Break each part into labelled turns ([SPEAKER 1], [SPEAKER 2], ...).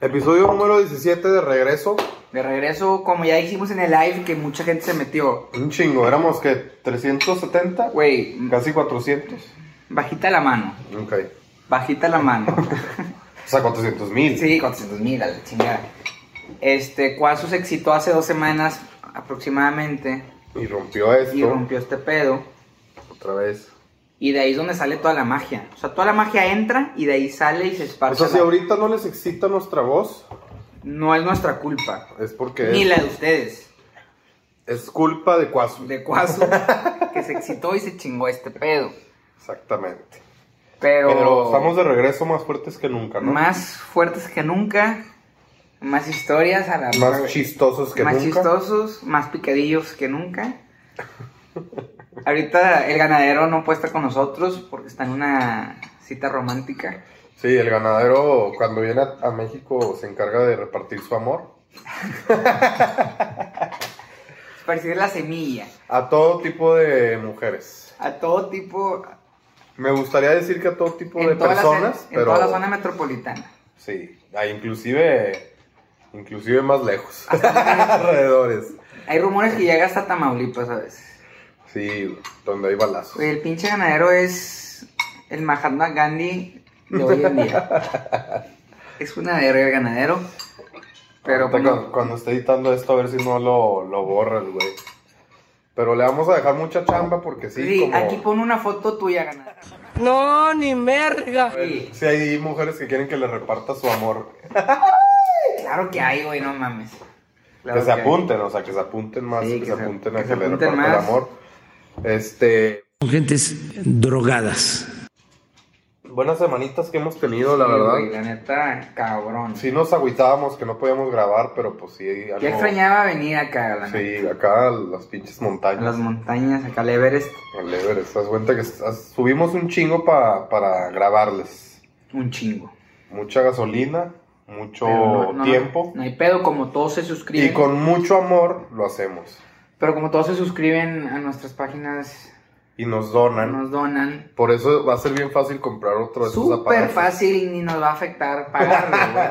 [SPEAKER 1] Episodio número 17 de regreso.
[SPEAKER 2] De regreso, como ya dijimos en el live, que mucha gente se metió.
[SPEAKER 1] Un chingo, éramos que 370,
[SPEAKER 2] Güey,
[SPEAKER 1] casi 400.
[SPEAKER 2] bajita la mano.
[SPEAKER 1] Ok.
[SPEAKER 2] Bajita la mano.
[SPEAKER 1] O sea, 400 mil.
[SPEAKER 2] sí, 400 mil, a la chingada. Este, Quasus exitó hace dos semanas aproximadamente
[SPEAKER 1] Y rompió esto
[SPEAKER 2] y rompió este pedo.
[SPEAKER 1] otra vez.
[SPEAKER 2] Y de ahí es donde sale toda la magia. O sea, toda la magia entra y de ahí sale y se
[SPEAKER 1] O
[SPEAKER 2] esparce.
[SPEAKER 1] sea, si
[SPEAKER 2] la-
[SPEAKER 1] ahorita no les excita nuestra voz,
[SPEAKER 2] No es nuestra culpa.
[SPEAKER 1] es porque
[SPEAKER 2] Ni
[SPEAKER 1] es,
[SPEAKER 2] la de ustedes.
[SPEAKER 1] es culpa de Cuasu.
[SPEAKER 2] De Quasus, que se excitó y se chingó este pedo.
[SPEAKER 1] Exactamente.
[SPEAKER 2] Pero,
[SPEAKER 1] Pero... estamos de regreso más fuertes que nunca, ¿no?
[SPEAKER 2] más fuertes que nunca. Más historias a la
[SPEAKER 1] Más chistosos que
[SPEAKER 2] más
[SPEAKER 1] nunca.
[SPEAKER 2] chistosos, más picadillos que nunca. Ahorita el ganadero no puede estar con nosotros porque está en una cita romántica.
[SPEAKER 1] Sí, el ganadero cuando viene a, a México se encarga de repartir su amor
[SPEAKER 2] Es parecer la semilla.
[SPEAKER 1] a todo tipo de mujeres.
[SPEAKER 2] A todo tipo,
[SPEAKER 1] Me gustaría decir que a todo tipo de
[SPEAKER 2] en, todas las-
[SPEAKER 1] personas,
[SPEAKER 2] en
[SPEAKER 1] pero
[SPEAKER 2] toda la zona metropolitana.
[SPEAKER 1] sí, a inclusive inclusive más lejos, alrededores.
[SPEAKER 2] Hay rumores que llega hasta Tamaulipas a veces.
[SPEAKER 1] Sí, donde hay balazos.
[SPEAKER 2] Oye, el pinche ganadero es el Mahatma Gandhi de hoy en día. es una verga el ganadero. Pero pues
[SPEAKER 1] Ahorita
[SPEAKER 2] bueno,
[SPEAKER 1] cuando, cuando esté editando esto a ver si no lo, lo borra el güey. Pero le vamos a dejar mucha chamba porque sí,
[SPEAKER 2] sí,
[SPEAKER 1] como
[SPEAKER 2] aquí pone una foto tuya ganadero.
[SPEAKER 3] No, ni merga.
[SPEAKER 2] Sí.
[SPEAKER 1] sí hay mujeres que quieren que le reparta su amor.
[SPEAKER 2] Claro que hay, güey, no mames. Claro
[SPEAKER 1] que se
[SPEAKER 2] hay.
[SPEAKER 1] apunten, o sea, que se apunten más,
[SPEAKER 2] Sí,
[SPEAKER 1] que, se apunten a que,
[SPEAKER 2] se
[SPEAKER 1] le
[SPEAKER 2] apunten
[SPEAKER 1] reparta el
[SPEAKER 2] más.
[SPEAKER 1] amor. Este,
[SPEAKER 3] Son gentes drogadas.
[SPEAKER 1] buenas semanitas que hemos tenido, la
[SPEAKER 2] Sí,
[SPEAKER 1] verdad.
[SPEAKER 2] güey, la neta, cabrón.
[SPEAKER 1] Sí nos agüitábamos que no podíamos grabar, pero pues sí. Algo,
[SPEAKER 2] Yo extrañaba venir acá, la neta.
[SPEAKER 1] Sí, acá a las pinches
[SPEAKER 2] A
[SPEAKER 1] montañas.
[SPEAKER 2] las montañas, acá al Everest,
[SPEAKER 1] Al Everest, haz cuenta que as- subimos un chingo pa- para grabarles.
[SPEAKER 2] un chingo. Mucho
[SPEAKER 1] Mucha gasolina, mucho tiempo.
[SPEAKER 2] No hay pedo, como todos se suscriben.
[SPEAKER 1] y con mucho amor lo hacemos.
[SPEAKER 2] Pero como todos se suscriben a nuestras páginas,
[SPEAKER 1] Y nos donan.
[SPEAKER 2] nos donan.
[SPEAKER 1] Por eso va a ser bien fácil comprar otro de esos
[SPEAKER 2] Súper
[SPEAKER 1] aparatos.
[SPEAKER 2] fácil, ni nos va a afectar pagarlo, güey.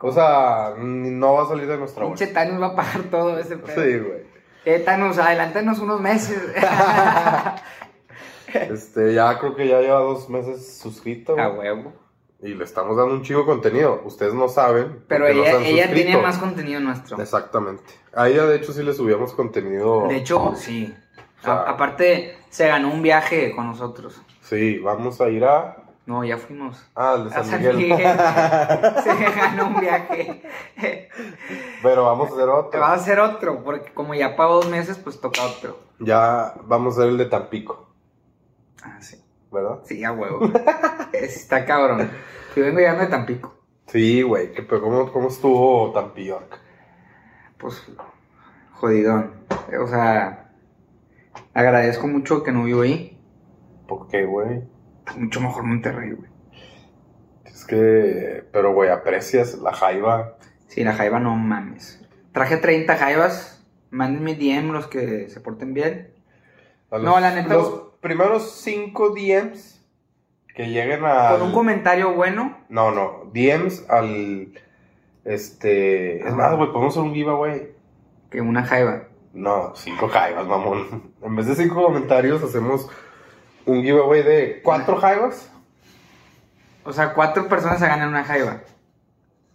[SPEAKER 1] O sea, ni- no va a salir de nuestra bolsa.
[SPEAKER 2] Pinche Thanos va a pagar todo ese pedo.
[SPEAKER 1] Sí, güey.
[SPEAKER 2] Eh, Thanos, adelántanos unos meses.
[SPEAKER 1] Este, ya creo que ya lleva dos meses suscrito. güey.
[SPEAKER 2] huevo.
[SPEAKER 1] Y le estamos dando un chingo de contenido. Ustedes no saben.
[SPEAKER 2] Pero
[SPEAKER 1] porque no se
[SPEAKER 2] ella,
[SPEAKER 1] han
[SPEAKER 2] ella
[SPEAKER 1] suscrito.
[SPEAKER 2] tiene más contenido nuestro.
[SPEAKER 1] Exactamente. A ella, de hecho, sí le subíamos contenido.
[SPEAKER 2] De hecho, sí.
[SPEAKER 1] O sea-
[SPEAKER 2] A- aparte, se ganó un viaje con nosotros.
[SPEAKER 1] Sí, vamos a ir a.
[SPEAKER 2] No, ya fuimos.
[SPEAKER 1] Ah, el de
[SPEAKER 2] A
[SPEAKER 1] San
[SPEAKER 2] San
[SPEAKER 1] Miguel.
[SPEAKER 2] Miguel. se ganó un viaje.
[SPEAKER 1] Pero vamos a hacer
[SPEAKER 2] Te
[SPEAKER 1] otro.
[SPEAKER 2] va a hacer otro, porque como ya pagó dos meses, pues toca otro.
[SPEAKER 1] Ya vamos a hacer el de Tampico,
[SPEAKER 2] Ah, sí.
[SPEAKER 1] ¿verdad?
[SPEAKER 2] Sí, a huevo. Está cabrón. Yo vengo llegando de Tampico.
[SPEAKER 1] Sí, güey. que- Pero ¿cómo, ¿cómo estuvo Tampilloc?
[SPEAKER 2] Pues, jodidón. O sea, agradezco mucho que no vivo ahí.
[SPEAKER 1] ¿Por qué, güey?
[SPEAKER 2] Mucho mejor Monterrey, güey.
[SPEAKER 1] Es que. Pero, güey, aprecias la jaiba.
[SPEAKER 2] Sí, la jaiba no mames. Traje 30 jaibas. Mándenme DM los que se porten bien.
[SPEAKER 1] A
[SPEAKER 2] No, la neta-
[SPEAKER 1] Los primeros cinco DMs que lleguen a.
[SPEAKER 2] Con un comentario bueno.
[SPEAKER 1] No, no. DMs al. Este.
[SPEAKER 2] Ah.
[SPEAKER 1] Es más, güey, podemos hacer un giveaway.
[SPEAKER 2] Que una jaiba.
[SPEAKER 1] No, cinco jaivas, mamón. En vez de cinco comentarios, hacemos un giveaway de cuatro jaivas.
[SPEAKER 2] O sea, cuatro personas se ganan una jaiba.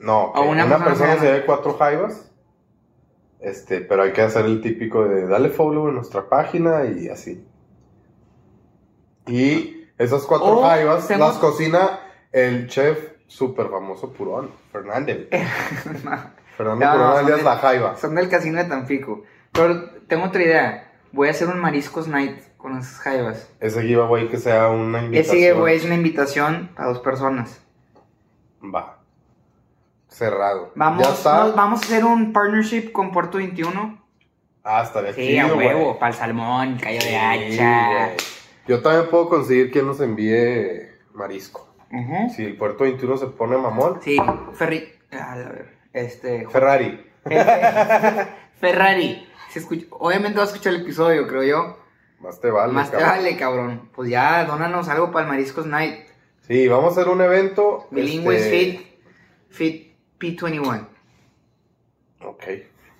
[SPEAKER 1] No,
[SPEAKER 2] A
[SPEAKER 1] que una,
[SPEAKER 2] una
[SPEAKER 1] persona
[SPEAKER 2] persona
[SPEAKER 1] se dé cuatro jaivas. Este, pero hay que hacer el típico de dale follow en nuestra página y así. Y esas cuatro
[SPEAKER 2] O
[SPEAKER 1] jaivas
[SPEAKER 2] hacemos-
[SPEAKER 1] las cocina el chef súper famoso Purón, Fernández. Fernando
[SPEAKER 2] Eh, No, no,
[SPEAKER 1] Purón
[SPEAKER 2] son
[SPEAKER 1] alias
[SPEAKER 2] de-
[SPEAKER 1] La Jaiva.
[SPEAKER 2] Son del casino de Tampico. Pero tengo otra idea. Voy a hacer un mariscos night con esas jaivas.
[SPEAKER 1] Ese giveaway que sea una
[SPEAKER 2] Ese
[SPEAKER 1] invitación.
[SPEAKER 2] giveaway es una invitación a dos personas.
[SPEAKER 1] Va. Cerrado.
[SPEAKER 2] Vamos,
[SPEAKER 1] Ya está.
[SPEAKER 2] nos- vamos a hacer un partnership con Puerto 21.
[SPEAKER 1] Ah, estaría
[SPEAKER 2] Sí,
[SPEAKER 1] chido,
[SPEAKER 2] a
[SPEAKER 1] güey.
[SPEAKER 2] huevo. Para el salmón, callo
[SPEAKER 1] Sí,
[SPEAKER 2] de hacha.
[SPEAKER 1] güey. Yo también puedo conseguir quien nos envíe marisco.
[SPEAKER 2] Ujú.
[SPEAKER 1] Si el puerto 21 se pone mamón,
[SPEAKER 2] Sí, Ferri. A ver, este. jo-
[SPEAKER 1] Ferrari.
[SPEAKER 2] este, Ferrari. Se escucha- obviamente va a escuchar el episodio, creo yo.
[SPEAKER 1] Más te vale.
[SPEAKER 2] Más te
[SPEAKER 1] cabrón.
[SPEAKER 2] vale, cabrón. Pues ya, dónanos algo para el Mariscos Night.
[SPEAKER 1] Sí, vamos a hacer un evento.
[SPEAKER 2] Bilingües
[SPEAKER 1] este,
[SPEAKER 2] Fit. Fit. P21.
[SPEAKER 1] Ok.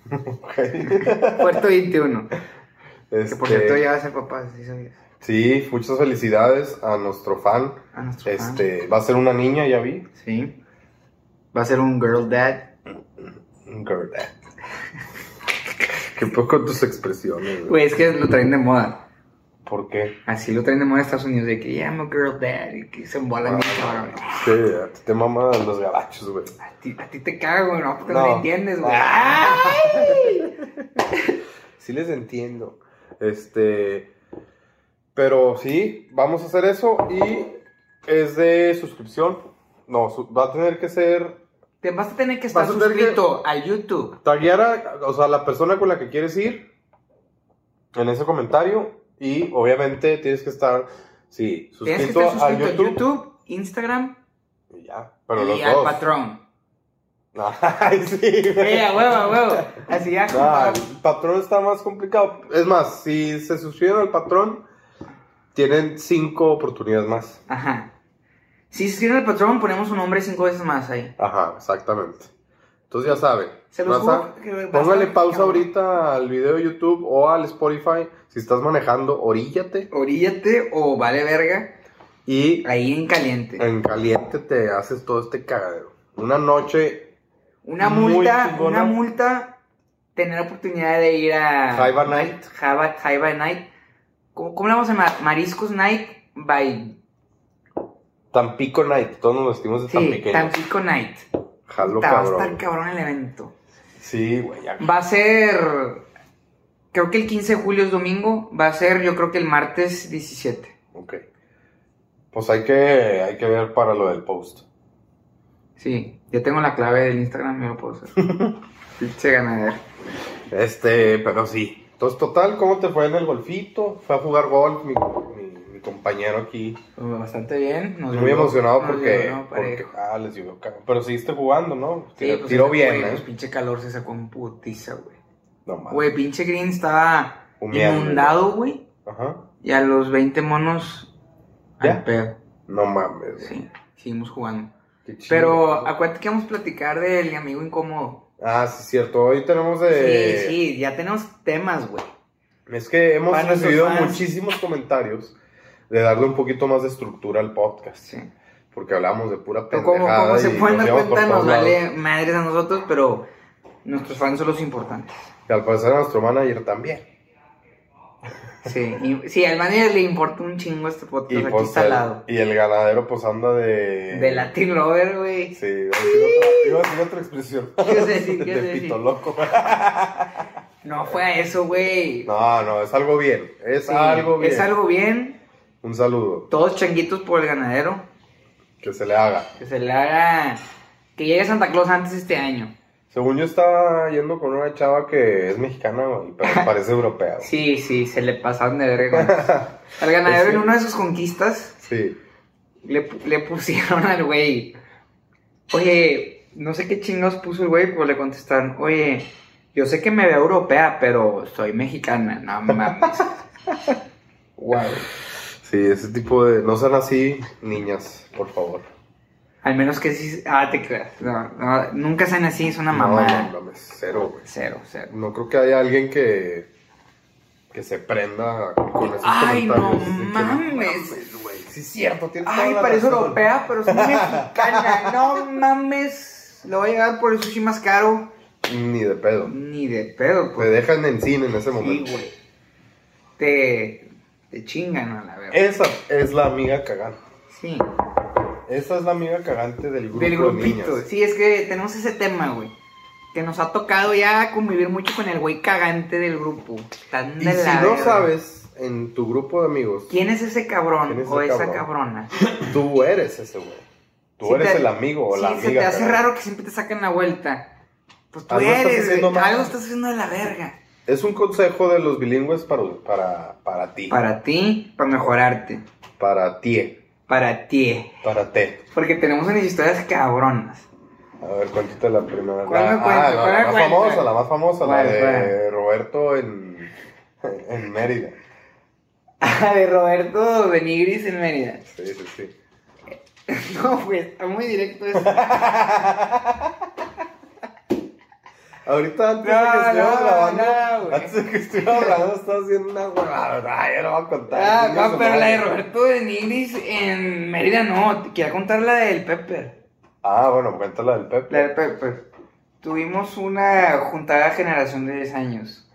[SPEAKER 1] ok.
[SPEAKER 2] Puerto 21. Que
[SPEAKER 1] Este,
[SPEAKER 2] por cierto ya va a ser papá, sí sabías.
[SPEAKER 1] Sí, muchas felicidades a nuestro fan.
[SPEAKER 2] A nuestro fan.
[SPEAKER 1] Este, va a ser una niña, ya vi.
[SPEAKER 2] Sí. Va a ser un girl dad.
[SPEAKER 1] Girl dad. Qué poco tus expresiones. güey.
[SPEAKER 2] Güey, es que lo traen de moda.
[SPEAKER 1] ¿Por qué?
[SPEAKER 2] Así lo traen de moda en Estados Unidos, de que ya I'm a girl dad, y que se embolan bien cabrón.
[SPEAKER 1] Sí, a ti te maman los gabachos, güey.
[SPEAKER 2] A ti, a ti te cago, güey, no, porque no,
[SPEAKER 1] No. Ah.
[SPEAKER 2] me entiendes, güey.
[SPEAKER 1] Sí les entiendo. Este. Pero sí, vamos a hacer eso y es de suscripción. No, su- va a tener que ser
[SPEAKER 2] Te vas a tener que estar
[SPEAKER 1] Vas a tener que-
[SPEAKER 2] suscrito a YouTube.
[SPEAKER 1] taguear a, o sea, la persona con la que quieres ir en ese comentario y obviamente tienes que estar, sí,
[SPEAKER 2] Tienes que
[SPEAKER 1] suscrito,
[SPEAKER 2] estar suscrito
[SPEAKER 1] a YouTube.
[SPEAKER 2] Instagram
[SPEAKER 1] Y ya, pero
[SPEAKER 2] y
[SPEAKER 1] los
[SPEAKER 2] al
[SPEAKER 1] dos.
[SPEAKER 2] patrón.
[SPEAKER 1] Ay, sí, güey.
[SPEAKER 2] Ella, huevo, huevo. Así ya.
[SPEAKER 1] Ah,
[SPEAKER 2] compa.
[SPEAKER 1] el patrón está más complicado. Es más, si se suscriben al patrón, tienen cinco oportunidades más.
[SPEAKER 2] Ajá. Si se suscriben al patrón, ponemos un nombre cinco veces más ahí.
[SPEAKER 1] Ajá, exactamente. Entonces ya saben.
[SPEAKER 2] Se los
[SPEAKER 1] raza,
[SPEAKER 2] juro que va a estar
[SPEAKER 1] Póngale pausa
[SPEAKER 2] cabrón.
[SPEAKER 1] ahorita al video de YouTube o al Spotify. Si estás manejando, oríllate.
[SPEAKER 2] Oríllate o vale verga.
[SPEAKER 1] Y
[SPEAKER 2] Ahí en caliente.
[SPEAKER 1] en caliente te haces todo este cagadero. Una noche
[SPEAKER 2] Una
[SPEAKER 1] Muy
[SPEAKER 2] multa,
[SPEAKER 1] chingona.
[SPEAKER 2] una multa, tener oportunidad de ir a...
[SPEAKER 1] Jaiba Night.
[SPEAKER 2] Jaiba, Jaiba Night. ¿Cómo, cómo le vamos a llamar? Mariscos Night by...
[SPEAKER 1] Tampico Night. Todos nos vestimos de
[SPEAKER 2] Sí,
[SPEAKER 1] Tampiqueños.
[SPEAKER 2] Tampico Night.
[SPEAKER 1] Jalo
[SPEAKER 2] Puta, va a estar
[SPEAKER 1] cabrón.
[SPEAKER 2] cabrón el evento.
[SPEAKER 1] Sí, güey, ya.
[SPEAKER 2] Va a ser... Creo que el 15 de julio es domingo. Va a ser yo creo que el martes 17.
[SPEAKER 1] Ok. Pues hay que, hay que ver para lo del post.
[SPEAKER 2] Sí, ya tengo la clave del Instagram, yo lo puedo hacer. Pinche ganadero.
[SPEAKER 1] Este, pero sí. Entonces, total, ¿cómo te fue en el golfito? Fue a jugar golf mi, mi- mi compañero aquí.
[SPEAKER 2] Pues Bastante bien. nos
[SPEAKER 1] Muy
[SPEAKER 2] duró-
[SPEAKER 1] emocionado
[SPEAKER 2] nos
[SPEAKER 1] porque,
[SPEAKER 2] duró
[SPEAKER 1] porque
[SPEAKER 2] parejo.
[SPEAKER 1] ah, les dio cabrón. Pero seguiste jugando, ¿no?
[SPEAKER 2] Sí,
[SPEAKER 1] Tiró,
[SPEAKER 2] pues,
[SPEAKER 1] tiró
[SPEAKER 2] ese
[SPEAKER 1] bien,
[SPEAKER 2] güey,
[SPEAKER 1] ¿eh?
[SPEAKER 2] pues, pinche calor se sacó en putiza, güey.
[SPEAKER 1] No mames.
[SPEAKER 2] Güey, pinche Green estaba
[SPEAKER 1] Humeando,
[SPEAKER 2] inundado, güey.
[SPEAKER 1] Ajá.
[SPEAKER 2] Y a los 20 monos.
[SPEAKER 1] ¿Ya?
[SPEAKER 2] Al pedo.
[SPEAKER 1] No mames. güey.
[SPEAKER 2] Sí, seguimos jugando.
[SPEAKER 1] Qué chido.
[SPEAKER 2] Pero acuérdate que vamos a platicar del amigo incómodo.
[SPEAKER 1] Ah, sí, cierto. Hoy tenemos de.
[SPEAKER 2] Sí, sí, ya tenemos temas, güey.
[SPEAKER 1] Es que hemos
[SPEAKER 2] Para nuestros
[SPEAKER 1] recibido
[SPEAKER 2] fans.
[SPEAKER 1] muchísimos comentarios de darle un poquito más de estructura al podcast.
[SPEAKER 2] Sí.
[SPEAKER 1] Porque hablamos de pura
[SPEAKER 2] Pero como,
[SPEAKER 1] pendejada.
[SPEAKER 2] como se
[SPEAKER 1] y
[SPEAKER 2] pueden
[SPEAKER 1] nos
[SPEAKER 2] dar
[SPEAKER 1] llevamos por
[SPEAKER 2] cuenta, nos
[SPEAKER 1] todos lados.
[SPEAKER 2] vale madres a nosotros, pero nuestros fans son los importantes.
[SPEAKER 1] Y al parecer a nuestro manager también.
[SPEAKER 2] Sí, y- sí, al manager le importa un chingo este podcast
[SPEAKER 1] Y,
[SPEAKER 2] aquí
[SPEAKER 1] pues, el,
[SPEAKER 2] instalado.
[SPEAKER 1] y el ganadero pues anda de...
[SPEAKER 2] De Latin Lover, güey.
[SPEAKER 1] Sí, iba a decir otra, iba a decir otra expresión.
[SPEAKER 2] ¿Qué ibas a decir? ¿Qué ibas a
[SPEAKER 1] de
[SPEAKER 2] decir?
[SPEAKER 1] pito loco.
[SPEAKER 2] No fue a eso, güey.
[SPEAKER 1] No, no, es algo bien. Es
[SPEAKER 2] Sí,
[SPEAKER 1] algo bien.
[SPEAKER 2] Es algo bien.
[SPEAKER 1] Un saludo.
[SPEAKER 2] Todos changuitos por el ganadero.
[SPEAKER 1] Que se le haga.
[SPEAKER 2] Que se le haga. Que llegue Santa Claus antes este año.
[SPEAKER 1] Según yo está yendo con una chava que es mexicana, güey, pero parece europea. güey.
[SPEAKER 2] Sí, sí, se le pasaron de verga. Al ganadero en una de sus conquistas
[SPEAKER 1] Sí.
[SPEAKER 2] le, pu- le pusieron al güey. Oye, no sé qué chingados puso el güey, pero le contestaron, oye, yo sé que me veo europea, pero soy mexicana, no mames. wow.
[SPEAKER 1] Sí, ese tipo de... No sean así, niñas, por favor.
[SPEAKER 2] Al menos que sí. Ah, te creas. No, no, nunca sean así, es una
[SPEAKER 1] No,
[SPEAKER 2] mamá.
[SPEAKER 1] no, mames, cero, güey.
[SPEAKER 2] Cero, cero.
[SPEAKER 1] No creo que haya alguien que... Que se prenda con esos
[SPEAKER 2] Ay, no
[SPEAKER 1] comentarios. de que,
[SPEAKER 2] mames.
[SPEAKER 1] güey. Sí, es cierto. Tienes
[SPEAKER 2] Ay,
[SPEAKER 1] toda la
[SPEAKER 2] parece
[SPEAKER 1] razón.
[SPEAKER 2] europea, pero soy mexicana. No mames. Lo voy a llevar por el sushi más caro.
[SPEAKER 1] Ni de pedo.
[SPEAKER 2] Ni de pedo,
[SPEAKER 1] Te
[SPEAKER 2] pues.
[SPEAKER 1] dejan en cine en ese
[SPEAKER 2] Sí,
[SPEAKER 1] momento.
[SPEAKER 2] güey. Te, te chingan a la verga.
[SPEAKER 1] Esa es la amiga cagante.
[SPEAKER 2] Sí.
[SPEAKER 1] Esa es la amiga cagante del grupo
[SPEAKER 2] Del
[SPEAKER 1] de
[SPEAKER 2] grupito.
[SPEAKER 1] niñas.
[SPEAKER 2] Sí, es que tenemos ese tema, güey. Que nos ha tocado ya convivir mucho con el güey cagante del grupo. Tan
[SPEAKER 1] Y
[SPEAKER 2] de
[SPEAKER 1] si
[SPEAKER 2] la
[SPEAKER 1] no
[SPEAKER 2] verga.
[SPEAKER 1] sabes, en tu grupo de amigos,
[SPEAKER 2] ¿Quién es ese cabrón
[SPEAKER 1] ¿Quién es
[SPEAKER 2] o
[SPEAKER 1] ese
[SPEAKER 2] esa
[SPEAKER 1] cabrón?
[SPEAKER 2] cabrona?
[SPEAKER 1] tú eres ese güey. Tú
[SPEAKER 2] Sí,
[SPEAKER 1] eres
[SPEAKER 2] te-
[SPEAKER 1] el amigo o
[SPEAKER 2] sí,
[SPEAKER 1] la
[SPEAKER 2] se
[SPEAKER 1] amiga.
[SPEAKER 2] te hace
[SPEAKER 1] cagante.
[SPEAKER 2] raro que siempre te sacan la vuelta. Pues tú
[SPEAKER 1] Algo estás
[SPEAKER 2] eres,
[SPEAKER 1] haciendo
[SPEAKER 2] güey,
[SPEAKER 1] mal.
[SPEAKER 2] algo estás haciendo de la verga.
[SPEAKER 1] Es un consejo de los bilingües para, para, para ti. Para,
[SPEAKER 2] Para ti, para mejorarte.
[SPEAKER 1] ti.
[SPEAKER 2] Para ti.
[SPEAKER 1] Para te.
[SPEAKER 2] Porque tenemos unas historias cabronas.
[SPEAKER 1] A ver, cuéntate la primera.
[SPEAKER 2] ¿Cuál
[SPEAKER 1] La-
[SPEAKER 2] me cuenta?
[SPEAKER 1] ah, la,
[SPEAKER 2] ¿Cuál me
[SPEAKER 1] más
[SPEAKER 2] cuenta?
[SPEAKER 1] famosa, la más famosa, la
[SPEAKER 2] ¿Cuál,
[SPEAKER 1] de
[SPEAKER 2] cuál?
[SPEAKER 1] Roberto en, en Mérida.
[SPEAKER 2] Ah, de Roberto Benigris en Mérida.
[SPEAKER 1] Sí, sí, sí.
[SPEAKER 2] No, güey, está muy directo eso.
[SPEAKER 1] ahorita antes de que
[SPEAKER 2] No,
[SPEAKER 1] estuviéramos
[SPEAKER 2] no,
[SPEAKER 1] grabando,
[SPEAKER 2] no, güey.
[SPEAKER 1] antes de que estuviéramos grabando, estás haciendo una huevada. Ay, ya lo voy a contar.
[SPEAKER 2] Ah,
[SPEAKER 1] Chinga
[SPEAKER 2] va,
[SPEAKER 1] su
[SPEAKER 2] pero la
[SPEAKER 1] madre.
[SPEAKER 2] de Roberto de Nigris en Mérida no. te Quería contar la del Pepper.
[SPEAKER 1] Ah, bueno, cuéntala del Pepe.
[SPEAKER 2] La del Pepper. Tuvimos una juntada generación de 10 años.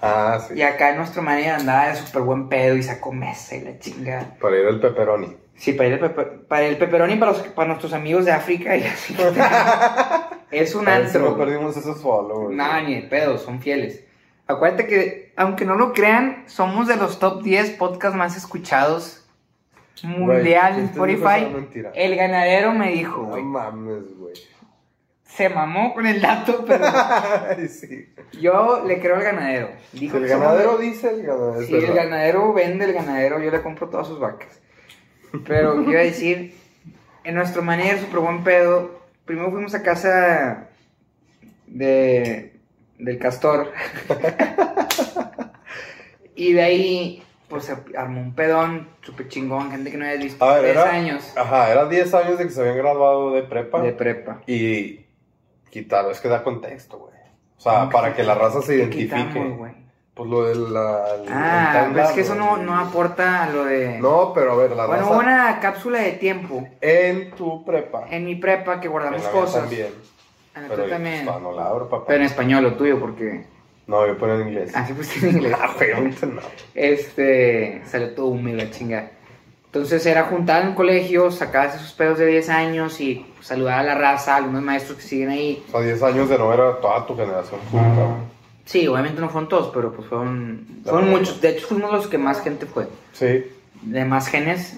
[SPEAKER 1] Ah, sí.
[SPEAKER 2] Y acá nuestro manager andaba de súper buen pedo y sacó mesa y la chingada.
[SPEAKER 1] Para ir al Pepperoni.
[SPEAKER 2] Sí, para ir el, pepe- para el peperoni para, los- para nuestros amigos de África y así. es un
[SPEAKER 1] A ver si
[SPEAKER 2] antro.
[SPEAKER 1] no perdimos esos followers.
[SPEAKER 2] Nada, ni de pedo, son fieles. Acuérdate que, aunque no lo crean, somos de los top 10 podcasts más escuchados mundial
[SPEAKER 1] Güey, ¿quién te
[SPEAKER 2] en
[SPEAKER 1] dijo esa
[SPEAKER 2] Spotify.
[SPEAKER 1] mentira?
[SPEAKER 2] El ganadero me dijo,
[SPEAKER 1] No
[SPEAKER 2] güey.
[SPEAKER 1] mames, güey.
[SPEAKER 2] Se mamó con el dato, pero
[SPEAKER 1] Ay, sí.
[SPEAKER 2] yo le creo al ganadero. Dijo
[SPEAKER 1] El
[SPEAKER 2] que somos
[SPEAKER 1] ganadero
[SPEAKER 2] de-
[SPEAKER 1] dice el ganadero. es
[SPEAKER 2] Si el
[SPEAKER 1] verdad.
[SPEAKER 2] ganadero vende, el ganadero, yo le compro todas sus vacas. Pero ¿qué iba a decir, en nuestro manager, súper buen pedo, primero fuimos a casa de, del castor. y de ahí, pues se armó un pedón, súper chingón, gente que no había visto
[SPEAKER 1] A ver,
[SPEAKER 2] tres
[SPEAKER 1] Ah, era-
[SPEAKER 2] años
[SPEAKER 1] Ajá, eran 10 años de que se habían graduado de prepa.
[SPEAKER 2] de prepa.
[SPEAKER 1] Y quitaron, es que da contexto, güey. O sea,
[SPEAKER 2] ¿Cómo que
[SPEAKER 1] para que la raza se
[SPEAKER 2] ¿Qué
[SPEAKER 1] identifique.
[SPEAKER 2] quitamos, güey?
[SPEAKER 1] pues lo de la. el- el
[SPEAKER 2] Ah,
[SPEAKER 1] timeline,
[SPEAKER 2] pero es que eso no,
[SPEAKER 1] güey.
[SPEAKER 2] no aporta a lo de...
[SPEAKER 1] No, pero a ver, la
[SPEAKER 2] bueno,
[SPEAKER 1] raza.
[SPEAKER 2] hubo una cápsula de tiempo
[SPEAKER 1] En tu prepa.
[SPEAKER 2] en mi prepa que
[SPEAKER 1] En la
[SPEAKER 2] guardamos
[SPEAKER 1] mía
[SPEAKER 2] cosas.
[SPEAKER 1] También.
[SPEAKER 2] Ah,
[SPEAKER 1] Pero
[SPEAKER 2] tú
[SPEAKER 1] yo,
[SPEAKER 2] también.
[SPEAKER 1] pues, no la abro, papá.
[SPEAKER 2] Pero en español lo tuyo, porque
[SPEAKER 1] No, yo pongo en inglés.
[SPEAKER 2] así pusiste en inglés.
[SPEAKER 1] Ah, güey, ahorita no.
[SPEAKER 2] Este, salió todo húmedo, la chinga. Entonces era juntar en un colegio, sacarse sus pedos de 10 años y saludar a la raza, a algunos maestros que siguen ahí.
[SPEAKER 1] O sea, 10 años de no ver a toda tu generación junta,
[SPEAKER 2] Ah.
[SPEAKER 1] güey.
[SPEAKER 2] Sí, obviamente no fueron todos, pero pues fueron,
[SPEAKER 1] La
[SPEAKER 2] fueron
[SPEAKER 1] mayoría.
[SPEAKER 2] muchos. De hecho, fuimos los que más gente fue.
[SPEAKER 1] Sí.
[SPEAKER 2] De más genes,